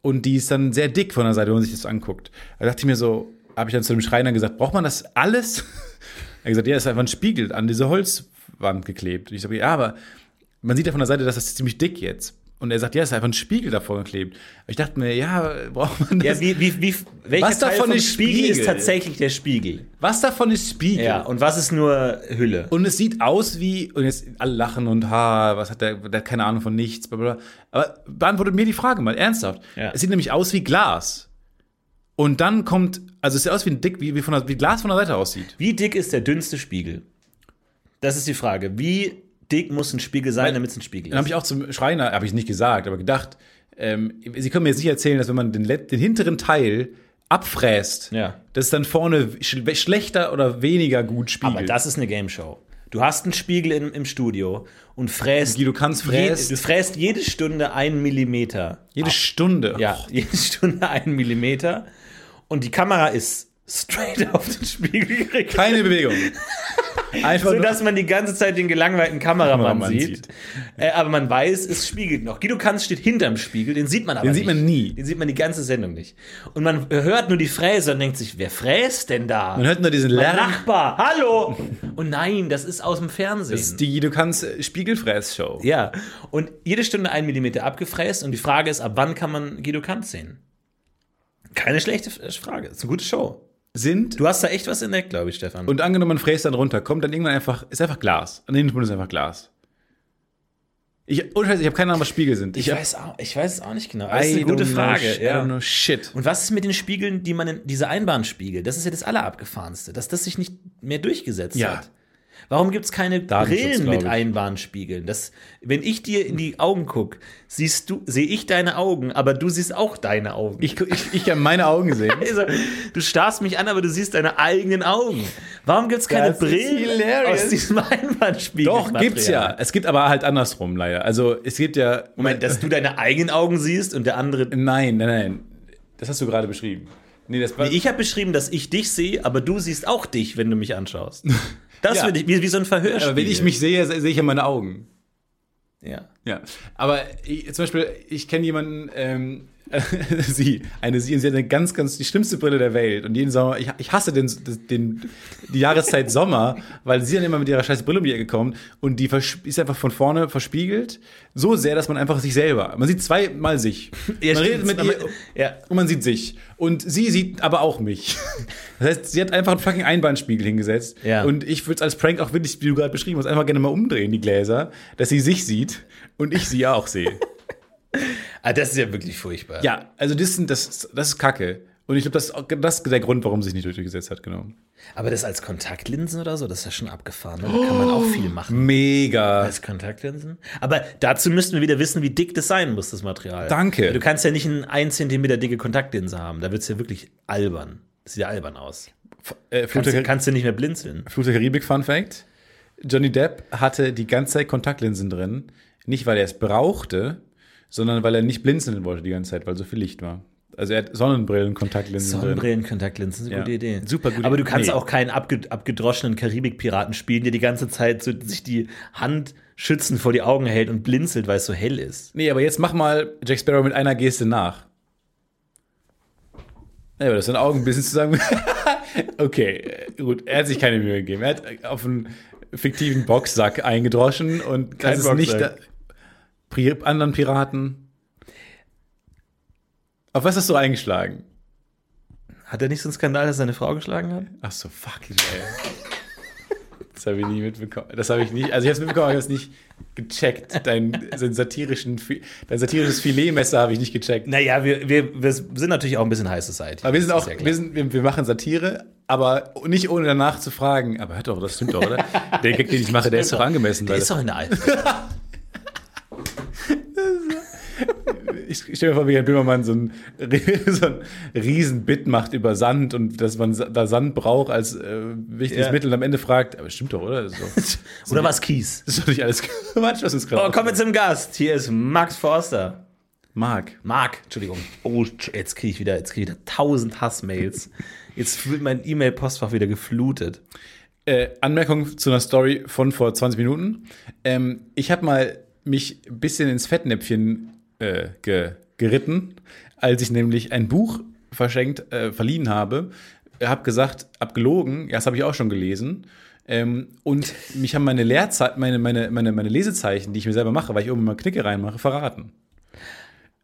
Speaker 2: Und die ist dann sehr dick von der Seite, wenn man sich das anguckt. Da dachte ich mir so, habe ich dann zu dem Schreiner gesagt, braucht man das alles? Er hat gesagt, ja, ist einfach ein Spiegel an diese Holzwand geklebt. Und ich sage, ja, aber man sieht ja von der Seite, dass das ist ziemlich dick jetzt. Und er sagt, ja, ist einfach ein Spiegel davor geklebt. Ich dachte mir, ja, braucht man das?
Speaker 3: Ja, wie, wie, wie, welcher
Speaker 2: Was
Speaker 3: Teil
Speaker 2: davon
Speaker 3: vom
Speaker 2: ist
Speaker 3: Spiegel ist
Speaker 2: Spiegel?
Speaker 3: tatsächlich der Spiegel?
Speaker 2: Was davon ist Spiegel?
Speaker 3: Ja, und was ist nur Hülle?
Speaker 2: Und es sieht aus wie, und jetzt alle lachen und ha, was hat der, der hat keine Ahnung von nichts, bla bla. bla. Aber beantwortet mir die Frage mal, ernsthaft.
Speaker 3: Ja.
Speaker 2: Es sieht nämlich aus wie Glas. Und dann kommt, also es sieht aus wie ein Dick, wie, wie, von der, wie Glas von der Seite aussieht.
Speaker 3: Wie dick ist der dünnste Spiegel? Das ist die Frage. Wie dick muss ein Spiegel sein, damit es ein Spiegel
Speaker 2: Dann habe
Speaker 3: ist?
Speaker 2: ich auch zum Schreiner, habe ich nicht gesagt, aber gedacht, ähm, Sie können mir jetzt nicht erzählen, dass wenn man den, let- den hinteren Teil abfräst,
Speaker 3: Ja.
Speaker 2: dass es dann vorne sch schlechter oder weniger gut spiegelt.
Speaker 3: Aber das ist eine Game Show. Du hast einen Spiegel im, im Studio und fräst.
Speaker 2: Guido Kanz fräst-
Speaker 3: Je, du fräst jede Stunde einen Millimeter.
Speaker 2: Jede Stunde.
Speaker 3: Ja,
Speaker 2: Och,
Speaker 3: jede Stunde einen Millimeter. Und die Kamera ist straight auf den Spiegel gerichtet.
Speaker 2: keine Bewegung. Einfach
Speaker 3: so
Speaker 2: nur-
Speaker 3: dass man die ganze Zeit den gelangweilten Kameramann,
Speaker 2: Kameramann
Speaker 3: sieht.
Speaker 2: sieht.
Speaker 3: Äh, aber man weiß, es spiegelt noch. Guido Kanz steht hinterm Spiegel, den sieht man aber
Speaker 2: Den
Speaker 3: nicht.
Speaker 2: sieht man nie.
Speaker 3: Den sieht man die ganze Sendung nicht. Und man hört nur die Fräse und denkt sich, wer fräst denn da?
Speaker 2: man hört nur diesen
Speaker 3: mein
Speaker 2: Lärm.
Speaker 3: Nachbar, hallo! Und nein, das ist aus dem Fernsehen.
Speaker 2: Das ist die Du kannst äh, Spiegelfress-Show.
Speaker 3: ja, und jede Stunde ein Millimeter abgefräst und die Frage ist, ab wann kann man Guido Kanz sehen? Keine schlechte F- äh, Frage, ist eine gute Show.
Speaker 2: Sind
Speaker 3: Du hast da echt was entdeckt, glaube ich, Stefan.
Speaker 2: und angenommen, man fräst dann runter, kommt dann irgendwann einfach, ist einfach Glas. An den Mund ist einfach Glas. Ich, ohne Scheiß, ich habe keine Ahnung, was Spiegel sind.
Speaker 3: ich,
Speaker 2: hab-
Speaker 3: weiß auch, ich weiß es auch nicht genau.
Speaker 2: I
Speaker 3: Das ist eine
Speaker 2: don't
Speaker 3: gute
Speaker 2: know
Speaker 3: Frage.
Speaker 2: sh- I don't know shit.
Speaker 3: Und was ist mit den Spiegeln, die man in, diese Einbahnspiegel, das ist ja das Allerabgefahrenste, dass das sich nicht mehr durchgesetzt
Speaker 2: Ja.
Speaker 3: hat. Warum gibt es keine
Speaker 2: Datenschutz,
Speaker 3: Brillen
Speaker 2: glaub
Speaker 3: mit
Speaker 2: ich.
Speaker 3: Einbahnspiegeln? Das, wenn ich dir in die Augen gucke, siehst du, sehe ich deine Augen, aber du siehst auch deine Augen.
Speaker 2: Ich, ich, ich habe meine Augen gesehen.
Speaker 3: also, du starrst mich an, aber du siehst deine eigenen Augen. Warum gibt es keine
Speaker 2: Das ist
Speaker 3: Brillen
Speaker 2: hilarious.
Speaker 3: aus diesem Einbahnspiegel?
Speaker 2: Doch, gibt's ja. Es gibt aber halt andersrum, leider. Also, es gibt ja.
Speaker 3: Moment, dass du deine eigenen Augen siehst und der andere
Speaker 2: Nein, nein, nein. Das hast du gerade beschrieben. Nee, das war.
Speaker 3: Ich habe beschrieben, dass ich dich sehe, aber du siehst auch dich, wenn du mich anschaust. Das
Speaker 2: Ja.
Speaker 3: würde ich, wie, wie so ein Verhörspiel.
Speaker 2: aber wenn ich mich sehe, se- sehe ich ja meine Augen.
Speaker 3: Ja.
Speaker 2: Ja. Aber ich, zum Beispiel, ich kenne jemanden, ähm, sie, eine sie, und sie hat eine ganz, ganz, die schlimmste Brille der Welt. Und jeden Sommer, ich, ich hasse den, den, die Jahreszeit Sommer, weil sie dann immer mit ihrer scheiß Brille um die Ecke kommt und die versch- ist einfach von vorne verspiegelt. So sehr, dass man einfach sich selber, man sieht zweimal sich.
Speaker 3: Ja,
Speaker 2: man
Speaker 3: stimmt.
Speaker 2: redet mit
Speaker 3: Man-
Speaker 2: ihr
Speaker 3: ja.
Speaker 2: und man sieht sich. Und sie sieht aber auch mich. Das heißt, sie hat einfach einen fucking Einbahnspiegel hingesetzt.
Speaker 3: Ja.
Speaker 2: Und ich würde es als Prank auch wirklich, wie du gerade beschrieben hast, einfach gerne mal umdrehen, die Gläser, dass sie sich sieht und ich sie auch sehe.
Speaker 3: Ah, das ist ja wirklich furchtbar.
Speaker 2: Ja, also das, sind, das, ist- das ist Kacke. Und ich glaube, das, ist auch- das ist der Grund, warum sich nicht durchgesetzt hat, genau.
Speaker 3: Aber das als Kontaktlinsen oder so, das ist ja schon abgefahren. Ne?
Speaker 2: Oh.
Speaker 3: Da kann man auch viel machen.
Speaker 2: Mega.
Speaker 3: Als Kontaktlinsen? Aber dazu müssten wir wieder wissen, wie dick das sein muss, das Material.
Speaker 2: Danke.
Speaker 3: Du kannst ja nicht eine 1 cm dicke Kontaktlinse haben. Da wird es ja wirklich albern. Das sieht ja albern aus.
Speaker 2: Äh, Flut,
Speaker 3: Kannst,
Speaker 2: der,
Speaker 3: kannst du nicht mehr blinzeln.
Speaker 2: Flut der Karibik Fun Fact. Johnny Depp hatte die ganze Zeit Kontaktlinsen drin. Nicht, weil er es brauchte, sondern weil er nicht blinzeln wollte die ganze Zeit, weil so viel Licht war. Also er hat Sonnenbrillen, Kontaktlinsen drin.
Speaker 3: Sonnenbrillen, Kontaktlinsen, ist eine
Speaker 2: Ja.
Speaker 3: gute Idee.
Speaker 2: Super gute
Speaker 3: Aber du kannst
Speaker 2: Idee.
Speaker 3: auch keinen abge abgedroschenen Karibik-Piraten spielen, der die ganze Zeit so, sich die Hand schützend vor die Augen hält und blinzelt, weil es so hell ist.
Speaker 2: Nee, aber jetzt mach mal Jack Sparrow mit einer Geste nach. Ja, aber das sind Augen ein bisschen zusammen. okay, äh, gut. Er hat sich keine Mühe gegeben. Er hat auf einen fiktiven Boxsack eingedroschen und
Speaker 3: Kein
Speaker 2: das ist nicht da,
Speaker 3: Boxsack.
Speaker 2: Pri anderen Piraten. Auf was hast du eingeschlagen?
Speaker 3: Hat er nicht so einen Skandal, dass er seine Frau geschlagen hat?
Speaker 2: Ach so, fuck, ey. Das habe ich nie mitbekommen. Das habe ich nicht. Also ich habe es mitbekommen, aber ich habe es nicht gecheckt. Dein, dein, satirischen, Fi- dein satirisches Filetmesser habe ich nicht gecheckt.
Speaker 3: Naja, wir, wir, wir sind natürlich auch ein bisschen High Society.
Speaker 2: Aber wir sind
Speaker 3: Das ist
Speaker 2: auch,
Speaker 3: ja klar.
Speaker 2: wir, sind, wir, wir machen Satire, aber nicht ohne danach zu fragen. Aber hört doch, das stimmt doch, oder? Der Gag, den ich mache, der ist doch angemessen.
Speaker 3: Der
Speaker 2: Leute.
Speaker 3: ist doch in der Alp.
Speaker 2: ich stelle mir vor, wie Herr Böhmermann so ein, so ein Riesen-Bit macht über Sand und dass man sa- da Sand braucht als äh, wichtiges
Speaker 3: Ja.
Speaker 2: Mittel und am Ende fragt, aber stimmt doch, oder? Das ist doch, das
Speaker 3: Oder was Kies?
Speaker 2: ist doch nicht alles Quatsch, was uns gerade.
Speaker 3: Oh, kommen wir zum Gast. Hier ist Max Forster.
Speaker 2: Marc.
Speaker 3: Marc, Entschuldigung. Oh, tsch- jetzt kriege ich wieder, jetzt kriege ich wieder tausend Hassmails. Jetzt wird mein E-Mail-Postfach wieder geflutet.
Speaker 2: Äh, Anmerkung zu einer Story von vor 20 Minuten. Ähm, ich habe mal mich ein bisschen ins Fettnäpfchen äh, ge geritten, als ich nämlich ein Buch verschenkt, äh, verliehen habe. Habe gesagt, abgelogen, ja, das habe ich auch schon gelesen. Ähm, und mich haben meine Leerzei meine, meine, meine, meine Lesezeichen, die ich mir selber mache, weil ich irgendwann mal Knicke reinmache, verraten.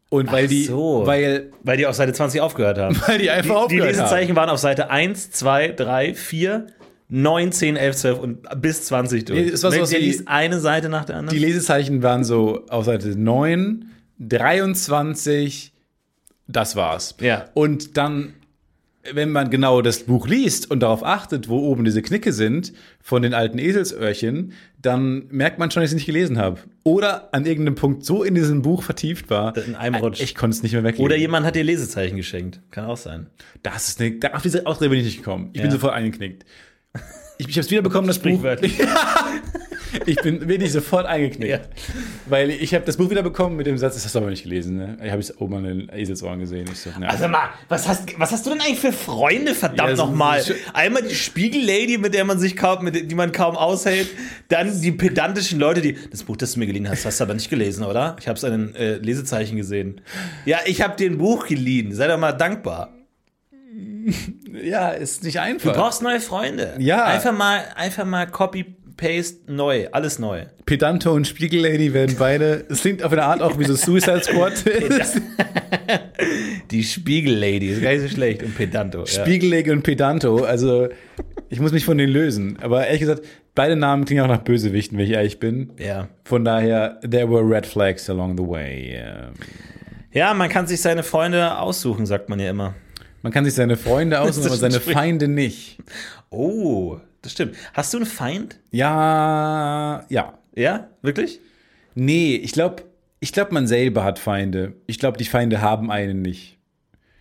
Speaker 2: Und weil
Speaker 3: Ach
Speaker 2: die,
Speaker 3: so.
Speaker 2: weil,
Speaker 3: Weil die auf Seite 20 aufgehört haben.
Speaker 2: weil die einfach
Speaker 3: Die
Speaker 2: aufgehört haben.
Speaker 3: Lesezeichen waren auf Seite 1, 2, 3, 4, 9, 10, 11, 12 und bis 20 durch.
Speaker 2: Nee, es war sowas
Speaker 3: Ihr
Speaker 2: wie-
Speaker 3: liest eine Seite nach der anderen.
Speaker 2: Die Lesezeichen waren so auf Seite 9, 23, das war's.
Speaker 3: Ja.
Speaker 2: Und dann, wenn man genau das Buch liest und darauf achtet, wo oben diese Knicke sind von den alten Eselsöhrchen, dann merkt man schon, dass ich es nicht gelesen habe. Oder an irgendeinem Punkt so in diesem Buch vertieft war,
Speaker 3: In einem Rutsch.
Speaker 2: ich konnte es nicht mehr weglegen.
Speaker 3: Oder jemand hat dir Lesezeichen geschenkt. Kann auch sein.
Speaker 2: Das ist eine, da- auf diese Ausrede bin ich nicht gekommen. Ich bin
Speaker 3: Ja.
Speaker 2: sofort eingeknickt. Ich, ich habe es wiederbekommen, das Buch.
Speaker 3: Sprichwörtlich.
Speaker 2: Ich bin wirklich sofort eingeknickt.
Speaker 3: Ja.
Speaker 2: Weil ich habe das Buch wiederbekommen mit dem Satz, das hast du aber nicht gelesen. Ne? Ich habe es oben an den Eselsohren gesehen. Ich so, na,
Speaker 3: Also mal, was hast, was hast du denn eigentlich für Freunde, verdammt
Speaker 2: Ja, so-
Speaker 3: nochmal?
Speaker 2: so-
Speaker 3: Einmal die Spiegellady, mit der man sich kaum, mit, der- die man kaum aushält, dann die pedantischen Leute, die das Buch, das du mir geliehen hast, hast du aber nicht gelesen, oder? Ich habe es an den äh, Lesezeichen gesehen. Ja, ich habe dir ein Buch geliehen. Sei doch mal dankbar.
Speaker 2: ja, ist nicht
Speaker 3: Du
Speaker 2: einfach.
Speaker 3: brauchst neue Freunde.
Speaker 2: Ja.
Speaker 3: Einfach mal, einfach mal Copy Paste neu, alles neu.
Speaker 2: Pedanto und Spiegellady werden beide. Es klingt auf eine Art auch wie so Suicide Squad.
Speaker 3: Die Spiegellady ist gar nicht so schlecht und Pedanto. ja.
Speaker 2: Spiegellady und Pedanto. Also, ich muss mich von denen lösen. Aber ehrlich gesagt, beide Namen klingen auch nach Bösewichten, wenn ich ehrlich bin.
Speaker 3: ja.
Speaker 2: Von daher, there were red flags along the way. Ähm,
Speaker 3: ja, man kann sich seine Freunde aussuchen, sagt man ja immer.
Speaker 2: Man kann sich seine Freunde aussuchen,
Speaker 3: Das
Speaker 2: aber seine
Speaker 3: spricht-
Speaker 2: Feinde nicht.
Speaker 3: Oh, das stimmt. Hast du einen Feind?
Speaker 2: Ja, ja.
Speaker 3: Ja, wirklich?
Speaker 2: Nee, ich glaube, ich glaub, man selber hat Feinde. Ich glaube, die Feinde haben einen nicht.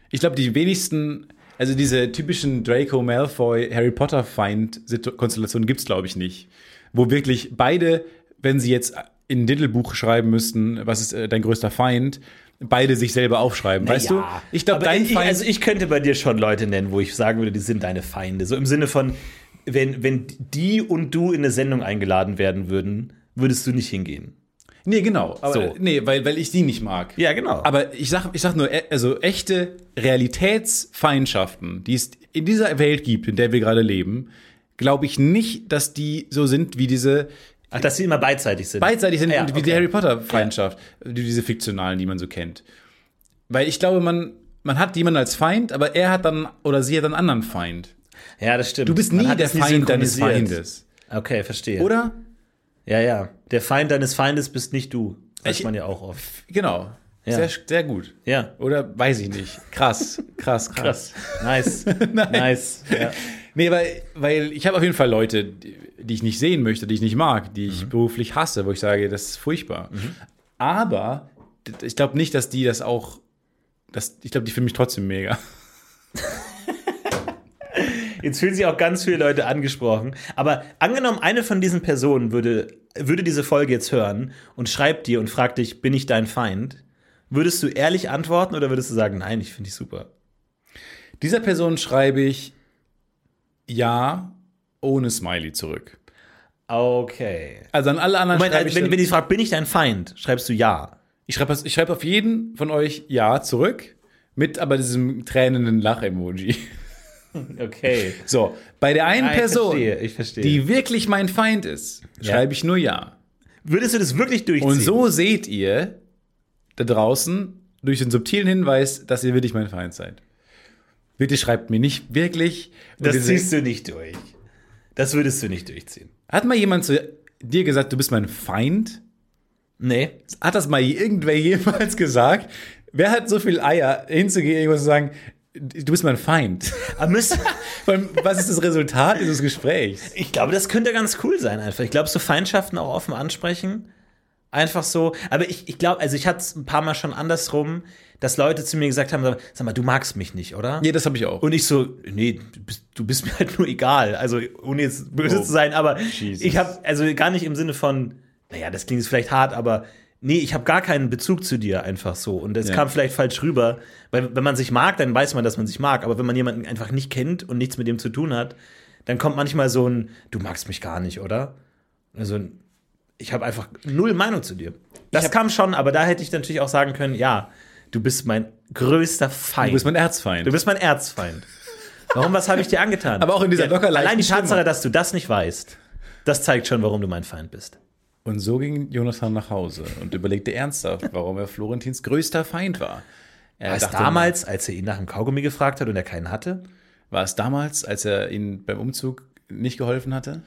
Speaker 2: Ich glaube, die wenigsten, also diese typischen Draco Malfoy, Harry Potter Feind-Konstellationen gibt es, glaube ich, nicht. Wo wirklich beide, wenn sie jetzt in ein Diddlebuch schreiben müssten, was ist äh, dein größter Feind, beide sich selber aufschreiben, weißt du?
Speaker 3: Ja.
Speaker 2: Ich glaube,
Speaker 3: Aber
Speaker 2: dein
Speaker 3: ich,
Speaker 2: Feind.
Speaker 3: Also ich könnte bei dir schon Leute nennen, wo ich sagen würde, die sind deine Feinde. So im Sinne von, wenn, wenn die und du in eine Sendung eingeladen werden würden, würdest du nicht hingehen.
Speaker 2: Nee, genau. Aber,
Speaker 3: So.
Speaker 2: Nee, weil, weil ich die nicht mag.
Speaker 3: Ja, genau.
Speaker 2: Aber ich sag, ich sag nur, e- also echte Realitätsfeindschaften, die es in dieser Welt gibt, in der wir gerade leben, glaube ich nicht, dass die so sind wie diese
Speaker 3: Ach, dass sie immer beidseitig sind.
Speaker 2: beidseitig sind
Speaker 3: Ja,
Speaker 2: und wie
Speaker 3: okay.
Speaker 2: die Harry Potter Feindschaft, die- diese fiktionalen, die man so kennt. Weil ich glaube, man, man hat jemanden als Feind, aber er hat dann oder sie hat einen anderen Feind.
Speaker 3: ja, das stimmt.
Speaker 2: Du bist nie der Feind deines Feindes.
Speaker 3: Okay, verstehe.
Speaker 2: Oder?
Speaker 3: Ja, ja. Der Feind deines Feindes bist nicht du. Sagt
Speaker 2: Ich-
Speaker 3: man ja auch oft.
Speaker 2: Genau.
Speaker 3: Ja.
Speaker 2: Sehr, sehr gut.
Speaker 3: Ja.
Speaker 2: Oder weiß ich nicht. Krass, krass, krass.
Speaker 3: Nice. nice. Ja.
Speaker 2: Nee, weil, weil ich habe auf jeden Fall Leute, die die ich nicht sehen möchte, die ich nicht mag, die
Speaker 3: Mhm.
Speaker 2: ich beruflich hasse, wo ich sage, das ist furchtbar. Aber d- ich glaube nicht, dass die das auch. Das, ich glaube, die finden mich trotzdem mega.
Speaker 3: Jetzt fühlen sich auch ganz viele Leute angesprochen. Aber angenommen, eine von diesen Personen würde, würde diese Folge jetzt hören und schreibt dir und fragt dich, bin ich dein Feind? Würdest du ehrlich antworten oder würdest du sagen, nein, ich finde dich super?
Speaker 2: Dieser Person schreibe ich ja ohne Smiley zurück.
Speaker 3: Okay.
Speaker 2: Also an alle anderen
Speaker 3: Moment,
Speaker 2: schreibe ich,
Speaker 3: also, wenn,
Speaker 2: dann-
Speaker 3: wenn die fragt, bin ich dein Feind, schreibst du ja.
Speaker 2: ich schreibe ich schreibe auf jeden von euch ja zurück. Mit aber diesem tränenden Lach-Emoji.
Speaker 3: Okay.
Speaker 2: So, bei der einen
Speaker 3: Ah, ich
Speaker 2: Person,
Speaker 3: verstehe, ich verstehe.
Speaker 2: die wirklich mein Feind ist,
Speaker 3: Ja.
Speaker 2: schreibe ich nur ja.
Speaker 3: Würdest du das wirklich durchziehen?
Speaker 2: Und so seht ihr da draußen durch den subtilen Hinweis, dass ihr wirklich mein Feind seid. Bitte schreibt mir nicht wirklich. Und
Speaker 3: das
Speaker 2: diese-
Speaker 3: ziehst du nicht durch. Das würdest du nicht durchziehen.
Speaker 2: Hat mal jemand zu dir gesagt, du bist mein Feind?
Speaker 3: Nee.
Speaker 2: Hat das mal irgendwer jemals gesagt? Wer hat so viel Eier, hinzugehen irgendwo zu sagen, du bist mein Feind?
Speaker 3: Aber müsst,
Speaker 2: Weil, Was ist das Resultat dieses Gesprächs?
Speaker 3: ich glaube, das könnte ganz cool sein einfach. Ich glaube, so Feindschaften auch offen ansprechen. Einfach so. Aber ich, ich glaube, also ich hatte es ein paar Mal schon andersrum, dass Leute zu mir gesagt haben, sag mal, du magst mich nicht, oder?
Speaker 2: Nee, das habe ich auch.
Speaker 3: Und ich so, nee, du bist, du bist mir halt nur egal. Also, ohne jetzt böse
Speaker 2: Oh,
Speaker 3: zu sein, aber
Speaker 2: Jesus.
Speaker 3: ich habe, also gar nicht im Sinne von, naja, das klingt jetzt vielleicht hart, aber nee, ich habe gar keinen Bezug zu dir einfach so. Und das
Speaker 2: Ja.
Speaker 3: kam vielleicht falsch rüber, weil wenn man sich mag, dann weiß man, dass man sich mag. Aber wenn man jemanden einfach nicht kennt und nichts mit dem zu tun hat, dann kommt manchmal so ein, du magst mich gar nicht, oder? Also, ich habe einfach null Meinung zu dir. Das kam schon, aber da hätte ich natürlich auch sagen können, ja, du bist mein größter Feind.
Speaker 2: du bist mein Erzfeind.
Speaker 3: Du bist mein Erzfeind. Warum, was habe ich dir angetan?
Speaker 2: Aber auch in dieser locker leichten
Speaker 3: Allein die
Speaker 2: Stimme.
Speaker 3: Tatsache, dass du das nicht weißt, das zeigt schon, warum du mein Feind bist.
Speaker 2: Und so ging Jonathan nach Hause und überlegte ernsthaft, warum er Florentins größter Feind war. Er
Speaker 3: War es
Speaker 2: dachte,
Speaker 3: damals, als er ihn nach dem Kaugummi gefragt hat und er keinen hatte?
Speaker 2: war es damals, als er ihn beim Umzug nicht geholfen hatte?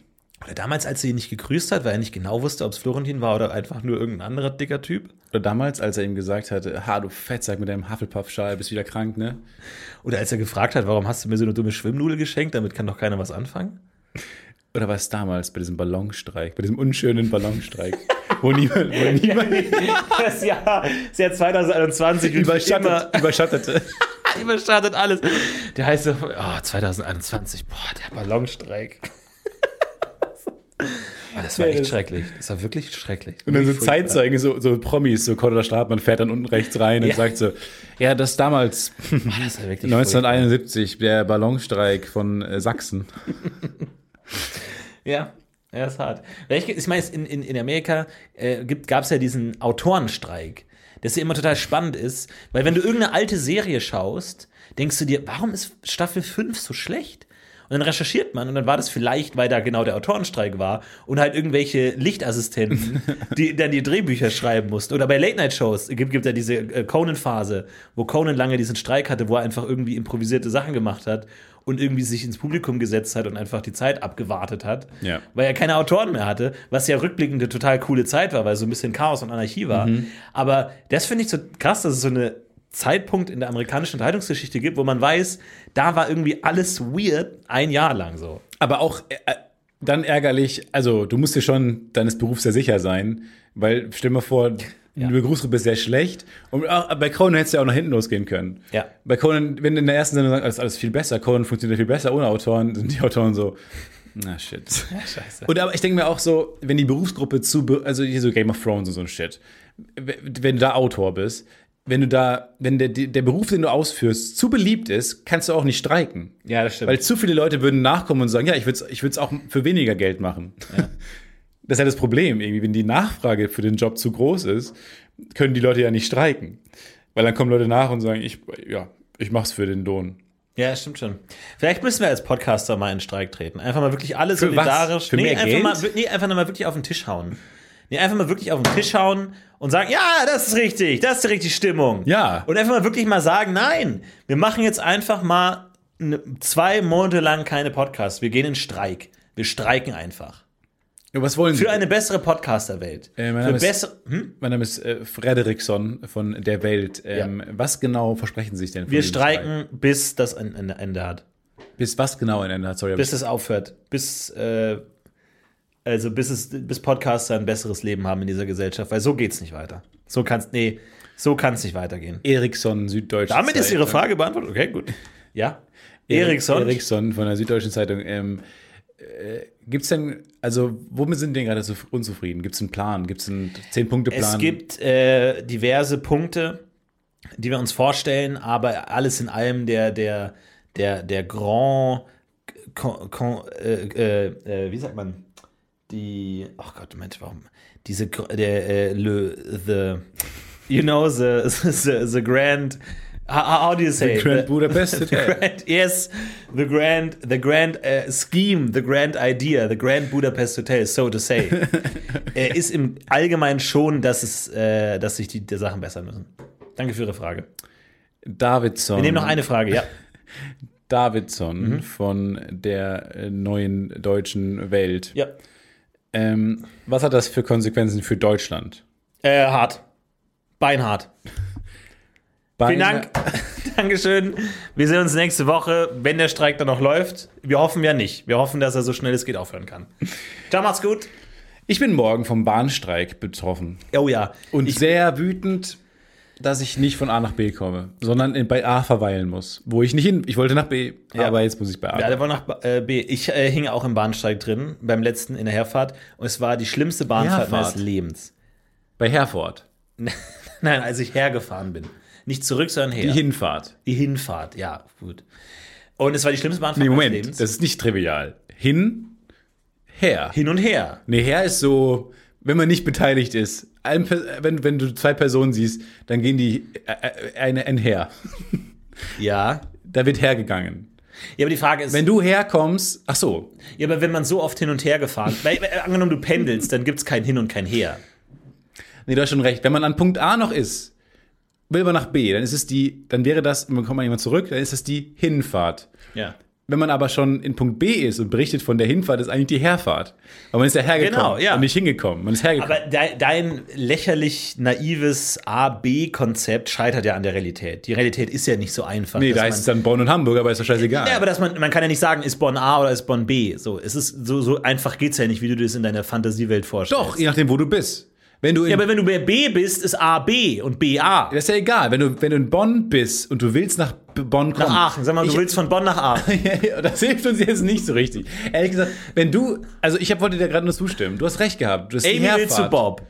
Speaker 3: Oder damals, als er ihn nicht gegrüßt hat, weil er nicht genau wusste, ob es Florentin war oder einfach nur irgendein anderer dicker Typ?
Speaker 2: Oder damals, als er ihm gesagt hatte, ha, du Fettsack mit deinem Hufflepuff-Schal, bist wieder krank, ne?
Speaker 3: Oder als er gefragt hat, warum hast du mir so eine dumme Schwimmnudel geschenkt? Damit kann doch keiner was anfangen.
Speaker 2: Oder war es damals bei diesem Ballonstreik, bei diesem unschönen Ballonstreik, wo niemand, wo niemand
Speaker 3: Das Jahr, das Jahr 2021 wird wie immer
Speaker 2: überschattet, überschattete?
Speaker 3: überschattet alles. Der heißt doch, oh, 2021, boah, der Ballonstreik. Ah, das war
Speaker 2: Ja,
Speaker 3: echt
Speaker 2: das-
Speaker 3: schrecklich. Das war wirklich schrecklich.
Speaker 2: Und dann so Zeitzeugen, so, so Promis, so Cordula Stratmann fährt dann unten rechts rein und
Speaker 3: Ja.
Speaker 2: sagt so, ja, das damals,
Speaker 3: Ah, Das war wirklich
Speaker 2: 1971, der Ballonstreik von äh, Sachsen.
Speaker 3: furchtbar. Ja, ja, ist hart. Welche, ich meine, in, in, in Amerika äh, gab es ja diesen Autorenstreik, das ja immer total spannend ist, weil wenn du irgendeine alte Serie schaust, denkst du dir, warum ist Staffel 5 so schlecht? Und dann recherchiert man und dann war das vielleicht, weil da genau der Autorenstreik war und halt irgendwelche Lichtassistenten, die dann die Drehbücher schreiben mussten. Oder bei Late-Night-Shows gibt, gibt ja diese äh, Conan-Phase, wo Conan lange diesen Streik hatte, wo er einfach irgendwie improvisierte Sachen gemacht hat und irgendwie sich ins Publikum gesetzt hat und einfach die Zeit abgewartet hat,
Speaker 2: Ja.
Speaker 3: weil er keine Autoren mehr hatte, was ja rückblickend eine total coole Zeit war, weil so ein bisschen Chaos und Anarchie war. Aber das finde ich so krass, dass es so eine Zeitpunkt in der amerikanischen Unterhaltungsgeschichte gibt, wo man weiß, da war irgendwie alles weird ein Jahr lang so.
Speaker 2: Aber auch äh, dann ärgerlich, also du musst dir schon deines Berufs sehr sicher sein, weil stell dir mal vor,
Speaker 3: Ja.
Speaker 2: du begrüßt du bist sehr schlecht. Und auch, bei Conan hättest du ja auch nach hinten losgehen können.
Speaker 3: Ja.
Speaker 2: Bei Conan, wenn du in der ersten Sendung sagst, alles, alles viel besser, Conan funktioniert viel besser ohne Autoren, sind die Autoren so, na shit.
Speaker 3: Scheiße.
Speaker 2: Und aber ich denke mir auch so, wenn die Berufsgruppe zu, be- also hier so Game of Thrones und so ein Shit, w- wenn du da Autor bist, wenn du da, wenn der, der Beruf, den du ausführst, zu beliebt ist, kannst du auch nicht streiken.
Speaker 3: Ja, das stimmt.
Speaker 2: Weil zu viele Leute würden nachkommen und sagen, ja, ich würde es ich würd's auch für weniger Geld machen. Das ist ja das Problem irgendwie. Wenn die Nachfrage für den Job zu groß ist, können die Leute ja nicht streiken. Weil dann kommen Leute nach und sagen, ich, ja, ich mach's für den Lohn.
Speaker 3: Ja, stimmt schon. Vielleicht müssen wir als Podcaster mal in Streik treten. Einfach mal wirklich alle
Speaker 2: Für was?
Speaker 3: solidarisch.
Speaker 2: Für
Speaker 3: nee,
Speaker 2: mehr
Speaker 3: einfach
Speaker 2: Geld?
Speaker 3: Mal, nee, einfach noch mal wirklich auf den Tisch hauen. Nee, einfach mal wirklich auf den Tisch hauen und sagen, ja, das ist richtig, das ist die richtige Stimmung.
Speaker 2: Ja.
Speaker 3: Und einfach mal wirklich mal sagen, nein, wir machen jetzt einfach mal ne- zwei Monate lang keine Podcasts. Wir gehen in Streik. Wir streiken einfach.
Speaker 2: Ja, was wollen
Speaker 3: Für eine bessere Podcasterwelt.
Speaker 2: Äh, mein
Speaker 3: Für
Speaker 2: Name ist-
Speaker 3: bessere. Hm?
Speaker 2: Mein Name ist äh, Frederiksson von der Welt. Ähm, Was genau versprechen Sie sich denn? von
Speaker 3: Wir
Speaker 2: diesem
Speaker 3: streiken, bis das ein ein Ende hat.
Speaker 2: Streik? Bis was genau in einer? Sorry, hab
Speaker 3: bis es aufhört, bis äh, also bis es bis Podcaster ein besseres Leben haben in dieser Gesellschaft, weil so geht's nicht weiter. So kann's nee, so kann's nicht weitergehen.
Speaker 2: ich Eriksson Süddeutsche
Speaker 3: Damit ist
Speaker 2: Zeitung.
Speaker 3: Ihre Frage beantwortet. Okay, gut. Ja. Eriksson.
Speaker 2: Eriksson von der Süddeutschen Zeitung. Ähm, äh, gibt's denn, also womit sind die denn gerade so unzufrieden? Gibt's einen Plan? Gibt's einen Zehn-Punkte-Plan?
Speaker 3: Es gibt äh, diverse Punkte, die wir uns vorstellen, aber alles in allem der der der der Grand Con, Con, äh, äh, äh, wie sagt man die ach Gott Mensch warum diese Gr- der äh, le, the you know the the, the grand how, how do you say
Speaker 2: The Grand Budapest
Speaker 3: the
Speaker 2: Hotel.
Speaker 3: grand, yes the grand the grand äh, scheme the grand idea the grand Budapest Hotel so to say äh, ist im Allgemeinen schon dass es äh, dass sich die, die Sachen bessern müssen danke für Ihre Frage
Speaker 2: Davidson.
Speaker 3: wir nehmen noch Mhm. eine Frage ja
Speaker 2: Davidson von der äh, neuen deutschen Welt.
Speaker 3: ja
Speaker 2: Ähm, was hat das für Konsequenzen für Deutschland?
Speaker 3: äh, hart beinhart Vielen
Speaker 2: Beinahe-
Speaker 3: Dank. Dankeschön. Wir sehen uns nächste Woche, wenn der Streik dann noch läuft. Wir hoffen ja nicht. Wir hoffen, dass er so schnell es geht aufhören kann. Ciao, macht's gut.
Speaker 2: Ich bin morgen vom Bahnstreik betroffen.
Speaker 3: Oh ja.
Speaker 2: Und sehr wütend, dass ich nicht von A nach B komme, sondern in, bei A verweilen muss. Wo ich nicht hin. Ich wollte nach B,
Speaker 3: Ja.
Speaker 2: aber jetzt muss ich bei A.
Speaker 3: Ja, der war nach Ba- äh, B. Ich äh, hing auch im Bahnsteig drin, beim letzten in der Herfahrt. Und es war die schlimmste Bahnfahrt meines
Speaker 2: Herfahrt.
Speaker 3: Lebens.
Speaker 2: bei Herford.
Speaker 3: Nein, als ich hergefahren bin. Nicht zurück, sondern her.
Speaker 2: Die Hinfahrt.
Speaker 3: Die Hinfahrt, ja, gut. Und es war die schlimmste Bahnfahrt
Speaker 2: Nee,
Speaker 3: meines
Speaker 2: Moment,
Speaker 3: Lebens.
Speaker 2: das ist nicht trivial. Hin, her.
Speaker 3: Hin und her.
Speaker 2: Nee, her ist so, wenn man nicht beteiligt ist. Ein, Per- wenn, wenn du zwei Personen siehst, dann gehen die äh, äh, eine ein her.
Speaker 3: Ja.
Speaker 2: Da wird hergegangen.
Speaker 3: Ja, aber die Frage ist.
Speaker 2: Wenn du herkommst, ach so,
Speaker 3: Ja, aber wenn man so oft hin und her gefahren, weil, weil, angenommen du pendelst, dann gibt's kein Hin und kein Her.
Speaker 2: Nee, du hast schon recht. Wenn man an Punkt A noch ist, will man nach B, dann ist es die, dann wäre das, und dann kommt man jemand zurück, dann ist es die Hinfahrt.
Speaker 3: Ja.
Speaker 2: Wenn man aber schon in Punkt B ist und berichtet von der Hinfahrt, ist eigentlich die Herfahrt. Weil man ist ja hergekommen
Speaker 3: Genau, ja.
Speaker 2: und nicht hingekommen. Man ist hergekommen.
Speaker 3: Aber de dein lächerlich naives A-B-Konzept scheitert ja an der Realität. Die Realität ist ja nicht so einfach.
Speaker 2: nee,
Speaker 3: dass
Speaker 2: da
Speaker 3: man-
Speaker 2: ist es dann Bonn und Hamburg, aber ist doch scheißegal.
Speaker 3: ja, aber dass man, man kann ja nicht sagen, ist Bonn A oder ist Bonn B. So, es ist, so, so einfach geht's ja nicht, wie du dir das in deiner Fantasiewelt vorstellst.
Speaker 2: doch, je nachdem, wo du bist. Wenn du in,
Speaker 3: Ja, aber wenn du bei B bist, ist A B und B A.
Speaker 2: das ist ja egal, wenn du, wenn du in Bonn bist und du willst nach B- Bonn kommen.
Speaker 3: Nach Aachen, sag mal, du
Speaker 2: Ich-
Speaker 3: willst von Bonn nach Aachen.
Speaker 2: das hilft uns jetzt nicht so richtig. Ehrlich gesagt, wenn du, also ich hab, wollte dir gerade nur zustimmen. Du hast recht gehabt. Du hast die
Speaker 3: Amy will zu
Speaker 2: Herfahrt.
Speaker 3: Bob.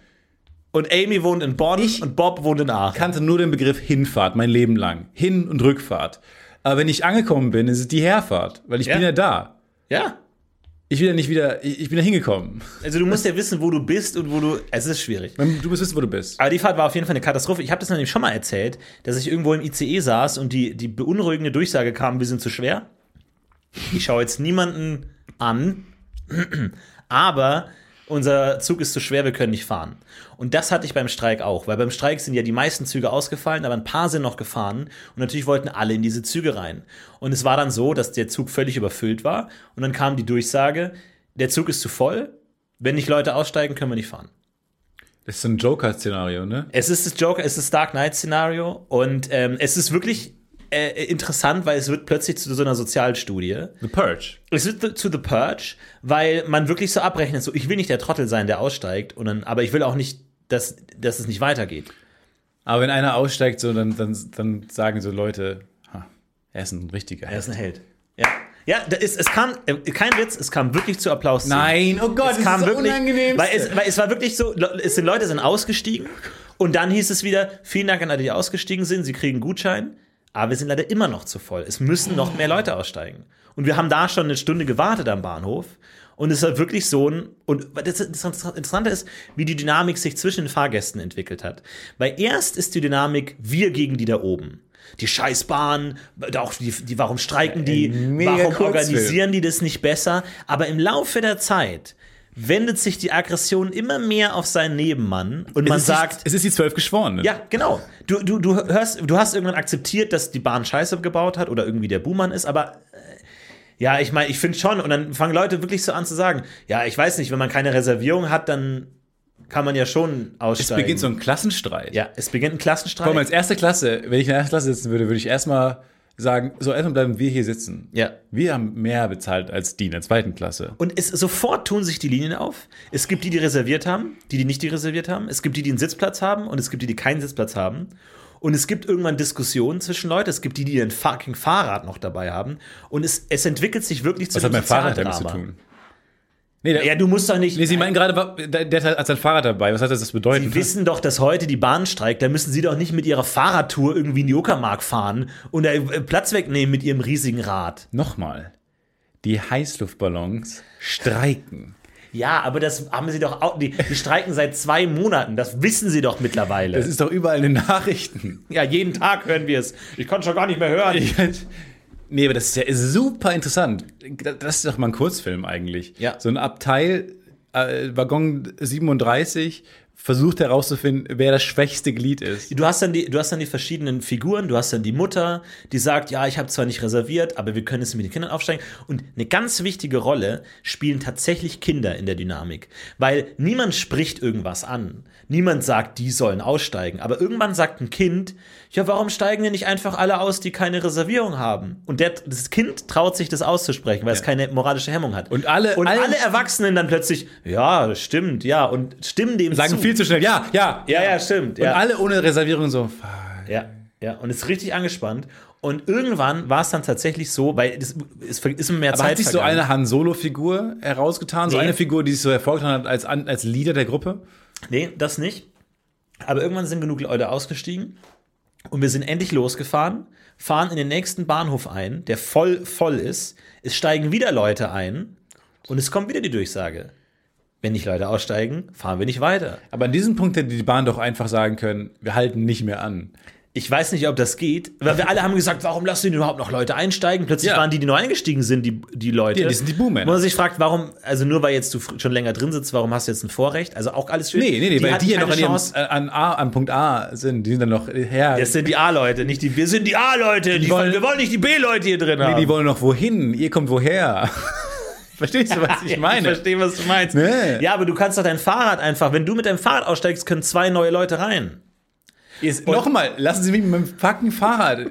Speaker 3: Und Amy wohnt in Bonn
Speaker 2: Ich-
Speaker 3: und Bob wohnt in Aachen.
Speaker 2: kannte nur den Begriff Hinfahrt mein Leben lang. Hin- und Rückfahrt. Aber wenn ich angekommen bin, ist es die Herfahrt, weil ich
Speaker 3: Ja.
Speaker 2: bin ja da.
Speaker 3: Ja.
Speaker 2: Ich bin ja nicht wieder, ich, ich bin ja hingekommen.
Speaker 3: Also du musst ja wissen, wo du bist und wo du. Es ist schwierig.
Speaker 2: Du musst wissen, wo du bist.
Speaker 3: Aber die Fahrt war auf jeden Fall eine Katastrophe. Ich habe das nämlich schon mal erzählt, dass ich irgendwo im ICE saß und die, die beunruhigende Durchsage kam, wir sind zu schwer. Ich schaue jetzt niemanden an, aber unser Zug ist zu schwer, wir können nicht fahren. Und das hatte ich beim Streik auch, weil beim Streik sind ja die meisten Züge ausgefallen, aber ein paar sind noch gefahren und natürlich wollten alle in diese Züge rein. Und es war dann so, dass der Zug völlig überfüllt war und dann kam die Durchsage, der Zug ist zu voll, wenn nicht Leute aussteigen, können wir nicht fahren.
Speaker 2: Das ist so ein Joker-Szenario, ne?
Speaker 3: Es ist das Joker, es ist das Dark Knight-Szenario und ähm, es ist wirklich äh, interessant, weil es wird plötzlich zu so einer Sozialstudie.
Speaker 2: The Purge.
Speaker 3: Es wird zu The Purge, weil man wirklich so abrechnet, so ich will nicht der Trottel sein, der aussteigt, und dann, aber ich will auch nicht, dass, dass es nicht weitergeht.
Speaker 2: Aber wenn einer aussteigt, so, dann, dann, dann sagen so Leute, ha, er ist ein richtiger.
Speaker 3: Er ist ein Held. Ja, ja da ist, es kam, äh, kein Witz, es kam wirklich zu Applaus.
Speaker 2: Nein, oh Gott,
Speaker 3: es kam wirklich,
Speaker 2: unangenehm.
Speaker 3: Weil es, weil es war wirklich so, Le- es sind Leute sind ausgestiegen und dann hieß es wieder, vielen Dank an alle, die ausgestiegen sind, sie kriegen Gutschein, aber wir sind leider immer noch zu voll. Es müssen noch mehr Leute aussteigen. Und wir haben da schon eine Stunde gewartet am Bahnhof Und es war wirklich so ein. Und das Interessante ist, wie die Dynamik sich zwischen den Fahrgästen entwickelt hat. Weil erst ist die Dynamik wir gegen die da oben. Die Scheißbahn, da auch die, die, warum streiken die,
Speaker 4: mega
Speaker 3: warum
Speaker 4: Kurzfilm.
Speaker 3: organisieren die das nicht besser? Aber im Laufe der Zeit wendet sich die Aggression immer mehr auf seinen Nebenmann und man
Speaker 2: es ist die-
Speaker 3: sagt,
Speaker 2: es ist die zwölf Geschworenen.
Speaker 3: ja, genau. Du, du, du, hörst, du hast irgendwann akzeptiert, dass die Bahn Scheiße gebaut hat oder irgendwie der Buhmann ist, aber äh, ja, ich meine, ich finde schon. Und dann fangen Leute wirklich so an zu sagen, ja, ich weiß nicht, wenn man keine Reservierung hat, dann kann man ja schon
Speaker 2: Es
Speaker 3: aussteigen.
Speaker 2: beginnt so ein Klassenstreit.
Speaker 3: ja, es beginnt ein Klassenstreit.
Speaker 2: Vor allem als erste Klasse, wenn ich in der ersten Klasse sitzen würde, würde ich erstmal sagen, so erstmal bleiben wir hier sitzen.
Speaker 3: Ja. Oh,
Speaker 2: Wir haben mehr bezahlt als die in der zweiten Klasse.
Speaker 3: Und es, sofort tun sich die Linien auf. Es gibt die, die reserviert haben, die, die nicht die reserviert haben. Es gibt die, die einen Sitzplatz haben und es gibt die, die keinen Sitzplatz haben. Und es gibt irgendwann Diskussionen zwischen Leuten. Es gibt die, die ein fucking Fahrrad noch dabei haben. Und es, es entwickelt sich wirklich zu
Speaker 2: Was hat mein
Speaker 3: einem
Speaker 2: Fahrrad damit zu
Speaker 3: Sozialdrama.
Speaker 2: tun? Nee, der,
Speaker 3: Ja, du musst doch nicht.
Speaker 2: nee, Sie meinen gerade, wa- der, der hat sein Fahrrad dabei. Was hat das, das bedeuten?
Speaker 3: Sie wissen doch, dass heute die Bahn streikt. Da müssen Sie doch nicht mit Ihrer Fahrradtour irgendwie in die Uckermark fahren und da äh, Platz wegnehmen mit Ihrem riesigen Rad.
Speaker 2: Nochmal. Die Heißluftballons streiken.
Speaker 3: Ja, aber das haben Sie doch auch. Die, die streiken seit zwei Monaten. Das wissen Sie doch mittlerweile.
Speaker 2: Das ist doch überall in den Nachrichten.
Speaker 3: Ja, jeden Tag hören wir es. Ich kann schon gar nicht mehr hören.
Speaker 2: Nee, aber das ist ja super interessant. Das ist doch mal ein Kurzfilm eigentlich.
Speaker 3: Ja.
Speaker 2: So ein Abteil, äh, Waggon 37, versucht herauszufinden, wer das schwächste Glied ist.
Speaker 3: Du hast, dann die, du hast dann die verschiedenen Figuren, du hast dann die Mutter, die sagt, ja, ich habe zwar nicht reserviert, aber wir können es mit den Kindern aufsteigen. Und eine ganz wichtige Rolle spielen tatsächlich Kinder in der Dynamik, weil niemand spricht irgendwas an. Niemand sagt, die sollen aussteigen. Aber irgendwann sagt ein Kind, ja, warum steigen denn nicht einfach alle aus, die keine Reservierung haben? Und der, das Kind traut sich das auszusprechen, weil es keine moralische Hemmung hat.
Speaker 2: Und alle-
Speaker 3: und alle,
Speaker 2: allen-
Speaker 3: Erwachsenen dann plötzlich, ja, stimmt, ja, und stimmen dem
Speaker 2: Sagen
Speaker 3: zu.
Speaker 2: viel zu schnell, ja, ja,
Speaker 3: ja, ja, stimmt.
Speaker 2: Und
Speaker 3: ja.
Speaker 2: alle ohne Reservierung so, fuck.
Speaker 3: Ja, ja, und ist richtig angespannt. Und irgendwann war es dann tatsächlich so, weil es, es ver- ist immer mehr
Speaker 2: Aber
Speaker 3: Zeit
Speaker 2: hat sich so
Speaker 3: vergangen.
Speaker 2: eine Han Solo-Figur herausgetan? So
Speaker 3: Nee.
Speaker 2: eine Figur, die sich so hervorgetan hat als, an- als Leader der Gruppe?
Speaker 3: Nee, das nicht. Aber irgendwann sind genug Leute ausgestiegen und wir sind endlich losgefahren, fahren in den nächsten Bahnhof ein, der voll voll ist. Es steigen wieder Leute ein und es kommt wieder die Durchsage. Wenn nicht Leute aussteigen, fahren wir nicht weiter.
Speaker 2: Aber an diesem Punkt hätte die Bahn doch einfach sagen können, wir halten nicht mehr an.
Speaker 3: Ich weiß nicht, ob das geht, weil wir alle haben gesagt, warum lassen die überhaupt noch Leute einsteigen? Plötzlich
Speaker 2: Ja.
Speaker 3: waren die, die neu eingestiegen sind, die, die Leute.
Speaker 2: Ja, die sind die Buhmänner.
Speaker 3: Wo man sich fragt, warum, also nur weil jetzt du fr- schon länger drin sitzt, warum hast du jetzt ein Vorrecht? Also auch alles schön.
Speaker 2: Nee, nee, nee, weil
Speaker 3: hatten
Speaker 2: die ja
Speaker 3: keine
Speaker 2: noch an, ihrem,
Speaker 3: Chance.
Speaker 2: äh, an, A, an Punkt A sind. Die sind dann noch her.
Speaker 3: Das sind die A-Leute, nicht die, wir sind die A-Leute, die
Speaker 2: wollen-
Speaker 3: wollen, wir wollen nicht die B-Leute hier drin
Speaker 2: nee,
Speaker 3: haben.
Speaker 2: die wollen noch wohin. Ihr kommt woher. Verstehst du, was ich meine?
Speaker 3: Ich verstehe, was du meinst.
Speaker 2: Nee.
Speaker 3: Ja, aber du kannst doch dein Fahrrad einfach, wenn du mit deinem Fahrrad aussteigst, können zwei neue Leute rein.
Speaker 2: Nochmal, lassen Sie mich mit meinem fucking Fahrrad.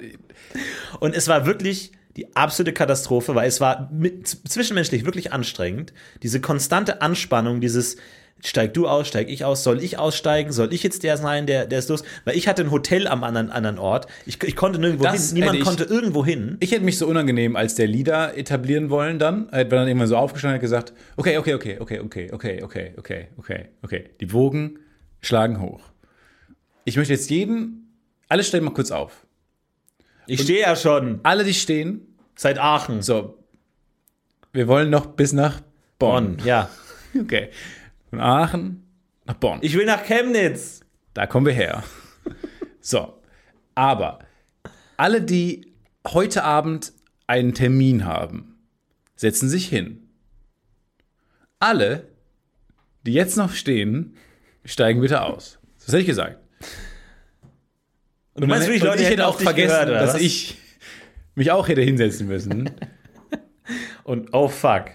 Speaker 3: Und es war wirklich die absolute Katastrophe, weil es war mit, z- zwischenmenschlich wirklich anstrengend. Diese konstante Anspannung, dieses steig du aus, steig ich aus, soll ich aussteigen, soll ich jetzt der sein, der, der ist los? Weil ich hatte ein Hotel am anderen, anderen Ort. Ich, ich konnte nirgendwo
Speaker 2: Das
Speaker 3: hin. Niemand
Speaker 2: hätte ich-
Speaker 3: konnte irgendwo hin.
Speaker 2: Ich hätte mich so unangenehm als der Leader etablieren wollen dann. Er Hätte dann irgendwann so aufgestanden und gesagt, okay, okay, okay, okay, okay, okay, okay, okay, okay, okay. Die Wogen schlagen hoch. Ich möchte jetzt jeden, alle stellen mal kurz auf.
Speaker 3: Ich stehe ja schon
Speaker 2: Alle, die stehen,
Speaker 3: seit Aachen.
Speaker 2: so, wir wollen noch bis nach Bonn.
Speaker 3: Bonn, ja.
Speaker 2: Okay. Von Aachen nach Bonn.
Speaker 3: Ich will nach Chemnitz.
Speaker 2: Da kommen wir her. So, aber alle, die heute Abend einen Termin haben, setzen sich hin. Alle, die jetzt noch stehen, steigen bitte aus. Das hätte ich gesagt.
Speaker 3: Und du meinst
Speaker 2: Und
Speaker 3: wirklich, Leute
Speaker 2: ich
Speaker 3: hätten
Speaker 2: hätte
Speaker 3: auf
Speaker 2: auch
Speaker 3: dich
Speaker 2: vergessen,
Speaker 3: gehört, oder
Speaker 2: dass
Speaker 3: was?
Speaker 2: ich mich auch hätte hinsetzen müssen.
Speaker 3: Und oh fuck.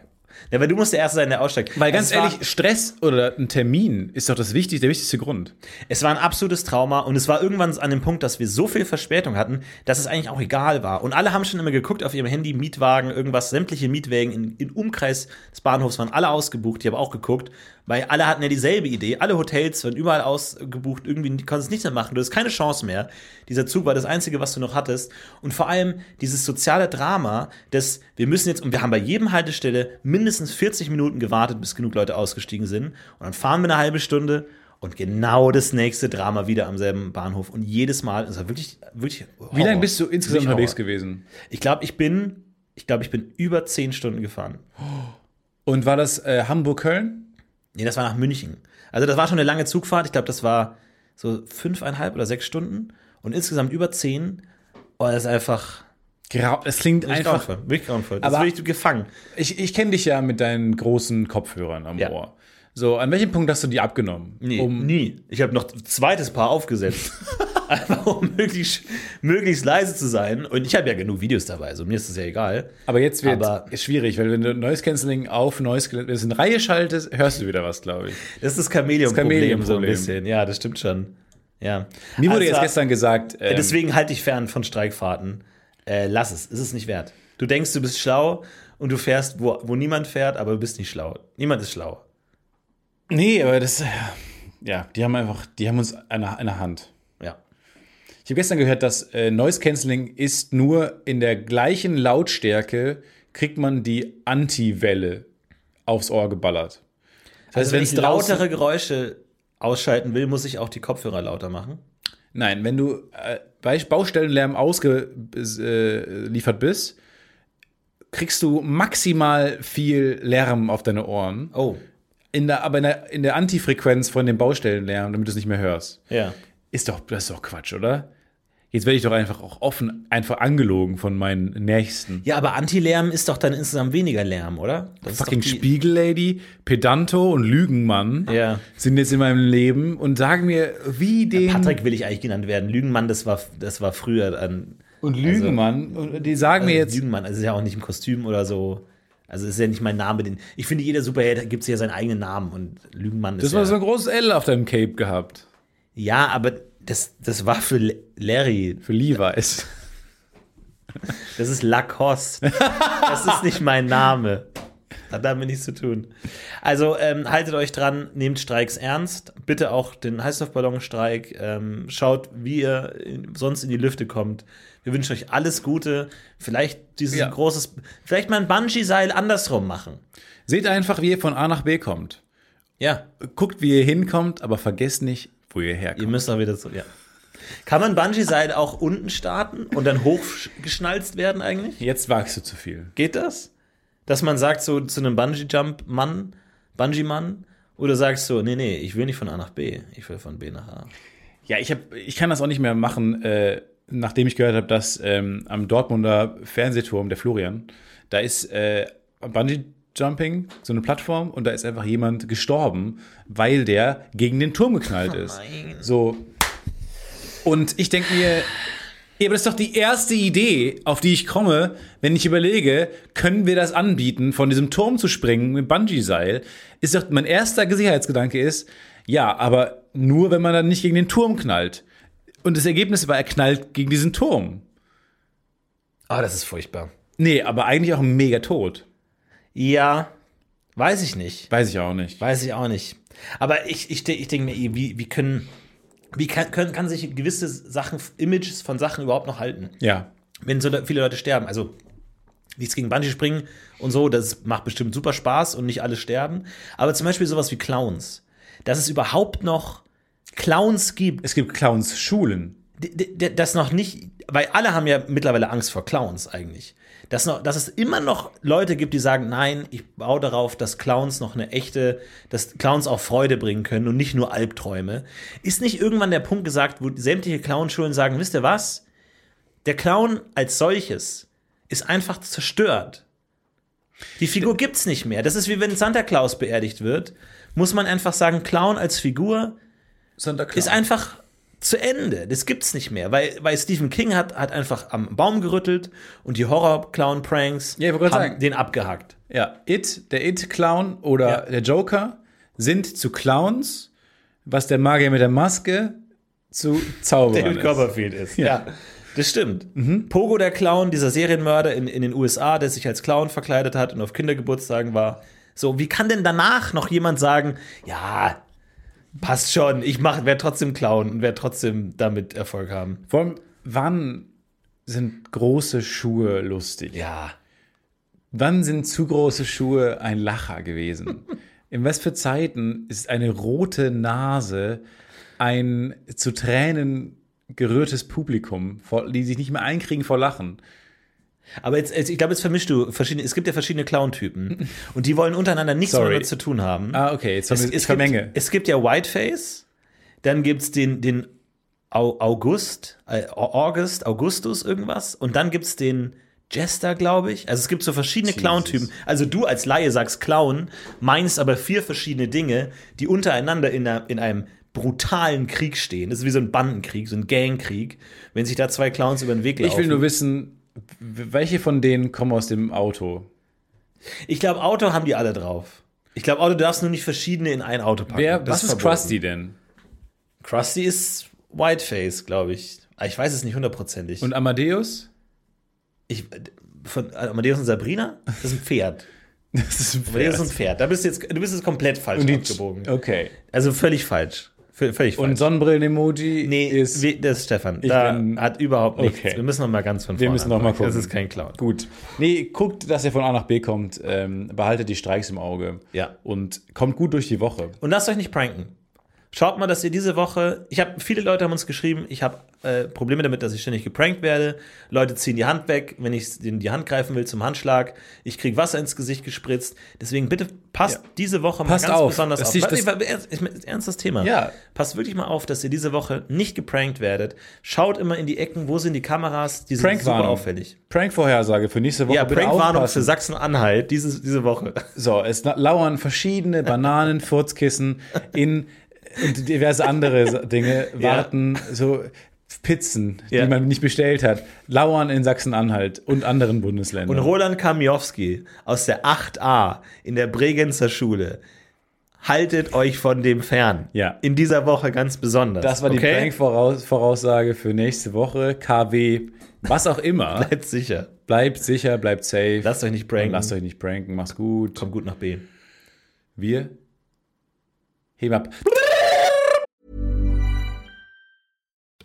Speaker 3: Ja, weil du musst der Erste sein, der aussteigt.
Speaker 2: Weil ganz
Speaker 3: Es war-
Speaker 2: ehrlich, Stress oder ein Termin ist doch das wichtigste, der wichtigste Grund.
Speaker 3: Es war ein absolutes Trauma und es war irgendwann an dem Punkt, dass wir so viel Verspätung hatten, dass es eigentlich auch egal war. Und alle haben schon immer geguckt auf ihrem Handy, Mietwagen, irgendwas, sämtliche Mietwägen in, in Umkreis des Bahnhofs waren alle ausgebucht. Ich habe auch geguckt, weil alle hatten ja dieselbe Idee. Alle Hotels waren überall ausgebucht, irgendwie konntest es nicht mehr machen. Du hattest keine Chance mehr. Dieser Zug war das Einzige, was du noch hattest. Und vor allem dieses soziale Drama, dass wir müssen jetzt, und wir haben bei jedem Haltestelle mindestens 40 Minuten gewartet, bis genug Leute ausgestiegen sind. Und dann fahren wir eine halbe Stunde. Und genau das nächste Drama wieder am selben Bahnhof. Und jedes Mal, es war wirklich, wirklich.
Speaker 2: Wie lange bist du insgesamt
Speaker 3: Horror.
Speaker 2: unterwegs gewesen?
Speaker 3: Ich glaube, ich bin, ich glaube, ich bin über zehn Stunden gefahren.
Speaker 2: Und war das äh, Hamburg-Köln?
Speaker 3: Nee, das war nach München. Also das war schon eine lange Zugfahrt. Ich glaube, das war so fünfeinhalb oder sechs Stunden und insgesamt über zehn. Oh, das ist einfach
Speaker 2: Grau, es klingt
Speaker 3: wirklich
Speaker 2: einfach.
Speaker 3: grauenvoll. Wirklich grauenvoll. Das
Speaker 2: Aber-
Speaker 3: bin ich gefangen.
Speaker 2: Ich, ich kenne dich ja mit deinen großen Kopfhörern am
Speaker 3: Ja.
Speaker 2: Ohr. So, an welchem Punkt hast du die abgenommen?
Speaker 3: Nee,
Speaker 2: Um,
Speaker 3: nie. Ich habe noch ein zweites Paar aufgesetzt. Einfach um möglichst, möglichst leise zu sein. Und ich habe ja genug Videos dabei, so mir ist das ja egal.
Speaker 2: aber jetzt wird
Speaker 3: Aber-
Speaker 2: es schwierig, weil wenn du Noise Cancelling auf Noise wenn du es in Reihe schaltest, hörst du wieder was, glaube ich.
Speaker 3: Das ist das Chamäleon-Problem
Speaker 2: Chamäleon-Problem.
Speaker 3: so ein bisschen. Ja, das stimmt schon. Ja.
Speaker 2: Mir wurde
Speaker 3: Also,
Speaker 2: jetzt gestern gesagt, ähm,
Speaker 3: Deswegen halte ich fern von Streikfahrten. Äh, lass es, es ist nicht wert. Du denkst, du bist schlau und du fährst, wo, wo niemand fährt, aber du bist nicht schlau. Niemand ist schlau.
Speaker 2: nee, aber das, äh, ja, die haben einfach, die haben uns eine, eine Hand.
Speaker 3: Ja.
Speaker 2: Ich habe gestern gehört, dass äh, Noise Cancelling ist nur in der gleichen Lautstärke, kriegt man die Anti-Welle aufs Ohr geballert. Das heißt,
Speaker 3: Also wenn
Speaker 2: wenn's
Speaker 3: ich
Speaker 2: draußen-
Speaker 3: lautere Geräusche ausschalten will, muss ich auch die Kopfhörer lauter machen.
Speaker 2: Nein, wenn du äh, bei Baustellenlärm ausgeliefert äh, liefert bist, kriegst du maximal viel Lärm auf deine Ohren.
Speaker 3: Oh,
Speaker 2: In der, aber in der, in der Antifrequenz von dem Baustellenlärm, damit du es nicht mehr hörst.
Speaker 3: ja.
Speaker 2: Ist doch, das ist doch Quatsch, oder? Jetzt werde ich doch einfach auch offen, einfach angelogen von meinen Nächsten.
Speaker 3: Ja, aber Anti-Lärm ist doch dann insgesamt weniger Lärm, oder? Das ist doch
Speaker 2: Fucking
Speaker 3: die-
Speaker 2: Spiegellady, Pedanto und Lügenmann
Speaker 3: Ja.
Speaker 2: sind jetzt in meinem Leben und sagen mir, wie den.
Speaker 3: Patrick will ich eigentlich genannt werden. Lügenmann, das war, das war früher an.
Speaker 2: und Lügenmann, und die sagen mir jetzt,
Speaker 3: Lügenmann, also ist ja auch nicht im Kostüm oder so. Also ist ja nicht mein Name. Den, ich finde, jeder Superheld gibt sich ja seinen eigenen Namen und Lügenmann
Speaker 2: das
Speaker 3: ist.
Speaker 2: war
Speaker 3: Ja,
Speaker 2: so ein großes L auf deinem Cape gehabt.
Speaker 3: ja, aber das, das war für L- Larry.
Speaker 2: Für Levi's.
Speaker 3: Das ist Lacoste. das ist nicht mein Name. Hat damit nichts zu tun. Also ähm, haltet euch dran, nehmt Streiks ernst. Bitte auch den Heißluftballonstreik. Ähm, schaut, wie ihr in, sonst in die Lüfte kommt. Wir wünschen euch alles Gute. Vielleicht dieses
Speaker 2: Ja.
Speaker 3: großes, vielleicht mal ein Bungee-Seil andersrum machen.
Speaker 2: Seht einfach, wie ihr von A nach B kommt.
Speaker 3: Ja,
Speaker 2: Guckt, wie ihr hinkommt, aber vergesst nicht, wo ihr herkommt.
Speaker 3: ihr müsst auch wieder so. Ja. Kann man Bungee-Seil auch unten starten und dann hochgeschnalzt werden eigentlich?
Speaker 2: Jetzt wagst du zu viel.
Speaker 3: Geht das? Dass man sagt so zu einem Bungee-Jump-Mann, Bungee-Mann, oder sagst so, nee, nee, ich will nicht von A nach B, ich will von B nach A.
Speaker 2: Ja, ich, hab, ich kann das auch nicht mehr machen, äh, nachdem ich gehört habe, dass ähm, am Dortmunder Fernsehturm, der Florian, da ist äh, Bungee Jumping, so eine Plattform, und da ist einfach jemand gestorben, weil der gegen den Turm geknallt ist. So. Und ich denke mir, ja, aber das ist doch die erste Idee, auf die ich komme, wenn ich überlege, können wir das anbieten, von diesem Turm zu springen mit Bungee-Seil? Ist doch mein erster Sicherheitsgedanke ist, ja, aber nur, wenn man dann nicht gegen den Turm knallt. Und das Ergebnis war, er knallt gegen diesen Turm.
Speaker 3: Ah, das ist furchtbar.
Speaker 2: Nee, aber eigentlich auch mega tot.
Speaker 3: Ja, weiß ich nicht.
Speaker 2: Weiß ich auch nicht.
Speaker 3: Weiß ich auch nicht. Aber ich, ich, de- ich denke mir, eh, wie, wie können, wie kann, können, kann sich gewisse Sachen, Images von Sachen überhaupt noch halten?
Speaker 2: Ja.
Speaker 3: wenn so le- viele Leute sterben. Also nichts gegen Bungee springen und so, das macht bestimmt super Spaß und nicht alle sterben. Aber zum Beispiel sowas wie Clowns, dass es überhaupt noch Clowns gibt,
Speaker 2: Es gibt Clowns-Schulen.
Speaker 3: d- d- d- das noch nicht, weil alle haben ja mittlerweile Angst vor Clowns eigentlich. Dass, noch, dass es immer noch Leute gibt, die sagen, nein, ich baue darauf, dass Clowns noch eine echte, dass Clowns auch Freude bringen können und nicht nur Albträume. Ist nicht irgendwann der Punkt gesagt, wo sämtliche Clownschulen sagen, wisst ihr was? Der Clown als solches ist einfach zerstört. Die Figur gibt's nicht mehr. Das ist wie wenn Santa Claus beerdigt wird, muss man einfach sagen, Clown als Figur
Speaker 2: Santa Claus.
Speaker 3: ist einfach zu Ende. Das gibt's nicht mehr, weil, weil Stephen King hat, hat einfach am Baum gerüttelt und die Horror-Clown-Pranks
Speaker 2: Ja, ich
Speaker 3: haben
Speaker 2: wollte gerade sagen.
Speaker 3: den abgehackt.
Speaker 2: Ja, It, der It-Clown oder
Speaker 3: Ja.
Speaker 2: der Joker sind zu Clowns, was der Magier mit der Maske zu Zauberern ist.
Speaker 3: David
Speaker 2: Mhm.
Speaker 3: Copperfield ist. Ja. Das stimmt. Pogo der Clown, dieser Serienmörder in, in den USA, der sich als Clown verkleidet hat und auf Kindergeburtstagen war. So, wie kann denn danach noch jemand sagen, ja, passt schon, ich mach, werde trotzdem Clown und werde trotzdem damit Erfolg haben.
Speaker 2: Vor allem, wann sind große Schuhe lustig?
Speaker 3: Ja.
Speaker 2: Wann sind zu große Schuhe ein Lacher gewesen? In was für Zeiten ist eine rote Nase ein zu Tränen gerührtes Publikum, vor- die sich nicht mehr einkriegen vor Lachen?
Speaker 3: Aber jetzt, jetzt ich glaube, jetzt vermischst du verschiedene. Es gibt ja verschiedene Clown-Typen. Und die wollen untereinander nichts
Speaker 2: Sorry.
Speaker 3: miteinander zu tun haben.
Speaker 2: Ah, okay, jetzt haben
Speaker 3: es,
Speaker 2: wir
Speaker 3: es,
Speaker 2: es,
Speaker 3: gibt,
Speaker 2: Menge.
Speaker 3: es gibt ja Whiteface, dann gibt es den, den Au- August, äh, August, Augustus irgendwas und dann gibt es den Jester, glaube ich. Also es gibt so verschiedene Clown-Typen. Also du als Laie sagst Clown, meinst aber vier verschiedene Dinge, die untereinander in, einer, in einem brutalen Krieg stehen. Das ist wie so ein Bandenkrieg, so ein Gangkrieg, wenn sich da zwei Clowns über den Weg laufen.
Speaker 2: Ich will nur wissen, w- welche von denen kommen aus dem Auto?
Speaker 3: ich glaube, Auto haben die alle drauf. Ich glaube, Auto darfst nur nicht verschiedene in ein Auto packen.
Speaker 2: Wer,
Speaker 3: Das
Speaker 2: was ist
Speaker 3: verboten.
Speaker 2: Krusty denn?
Speaker 3: Krusty ist Whiteface, glaube ich. Ah, Ich weiß es nicht hundertprozentig.
Speaker 2: Und Amadeus?
Speaker 3: ich, von äh, Amadeus und Sabrina? Das ist ein Pferd.
Speaker 2: Das ist ein
Speaker 3: Amadeus ist ein Pferd. Da bist du, jetzt, du bist jetzt komplett falsch abgebogen.
Speaker 2: Okay.
Speaker 3: Also völlig falsch. V völlig falsch.
Speaker 2: Und Sonnenbrillen-Emoji
Speaker 3: nee,
Speaker 2: ist.
Speaker 3: wie- das ist Stefan. Da
Speaker 2: bin-
Speaker 3: hat überhaupt nichts.
Speaker 2: Okay.
Speaker 3: Wir müssen noch mal ganz von vorne
Speaker 2: Wir müssen noch mal
Speaker 3: anfangen. Das
Speaker 2: gucken.
Speaker 3: ist kein Clown.
Speaker 2: Gut. Nee, guckt, dass ihr von A nach B kommt. Ähm, behaltet die Streiks im Auge.
Speaker 3: Ja.
Speaker 2: Und kommt gut durch die Woche.
Speaker 3: Und lasst euch nicht pranken. Schaut mal, dass ihr diese Woche, ich habe viele Leute haben uns geschrieben, ich habe äh, Probleme damit, dass ich ständig geprankt werde. Leute ziehen die Hand weg, wenn ich in die Hand greifen will zum Handschlag. Ich kriege Wasser ins Gesicht gespritzt. Deswegen bitte passt diese Woche mal
Speaker 2: Passt
Speaker 3: ganz
Speaker 2: auf.
Speaker 3: besonders
Speaker 2: Das
Speaker 3: auf.
Speaker 2: ist-
Speaker 3: Warte,
Speaker 2: das-
Speaker 3: warte, ernst- ich mein, äh, ist ein Ernstes Thema.
Speaker 2: Ja.
Speaker 3: Passt wirklich mal auf, dass ihr diese Woche nicht geprankt werdet. Schaut immer in die Ecken, wo sind die Kameras? Die sind super
Speaker 2: Prankwarnung.
Speaker 3: auffällig.
Speaker 2: Prank-Vorhersage für nächste Woche.
Speaker 3: Ja,
Speaker 2: Bitte
Speaker 3: Prankwarnung
Speaker 2: aufpassen.
Speaker 3: für Sachsen-Anhalt diese, diese Woche.
Speaker 2: So, es la- lauern verschiedene Bananen, Furzkissen in und diverse andere Sa- Dinge warten, so Pizzen,
Speaker 3: Ja.
Speaker 2: die man nicht bestellt hat, lauern in Sachsen-Anhalt und anderen
Speaker 3: Und
Speaker 2: Bundesländern.
Speaker 3: Roland Kamiowski aus der 8a in der Bregenzer Schule. Haltet euch von dem fern.
Speaker 2: Ja.
Speaker 3: In dieser Woche ganz besonders.
Speaker 2: das war die
Speaker 3: okay?
Speaker 2: Prank-Voraussage für nächste Woche. KW, was auch immer.
Speaker 3: Bleibt sicher.
Speaker 2: bleibt sicher, bleibt safe.
Speaker 3: Lasst euch nicht
Speaker 2: und
Speaker 3: pranken.
Speaker 2: lasst euch nicht pranken. Mach's gut.
Speaker 3: Kommt gut nach B.
Speaker 2: Wir heben ab.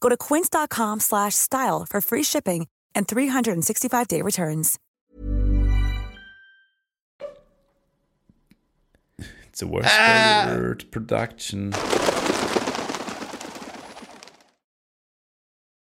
Speaker 5: Go to quince.com/style slash style for free shipping and 365-day returns.
Speaker 2: Ah! It's a worst word production.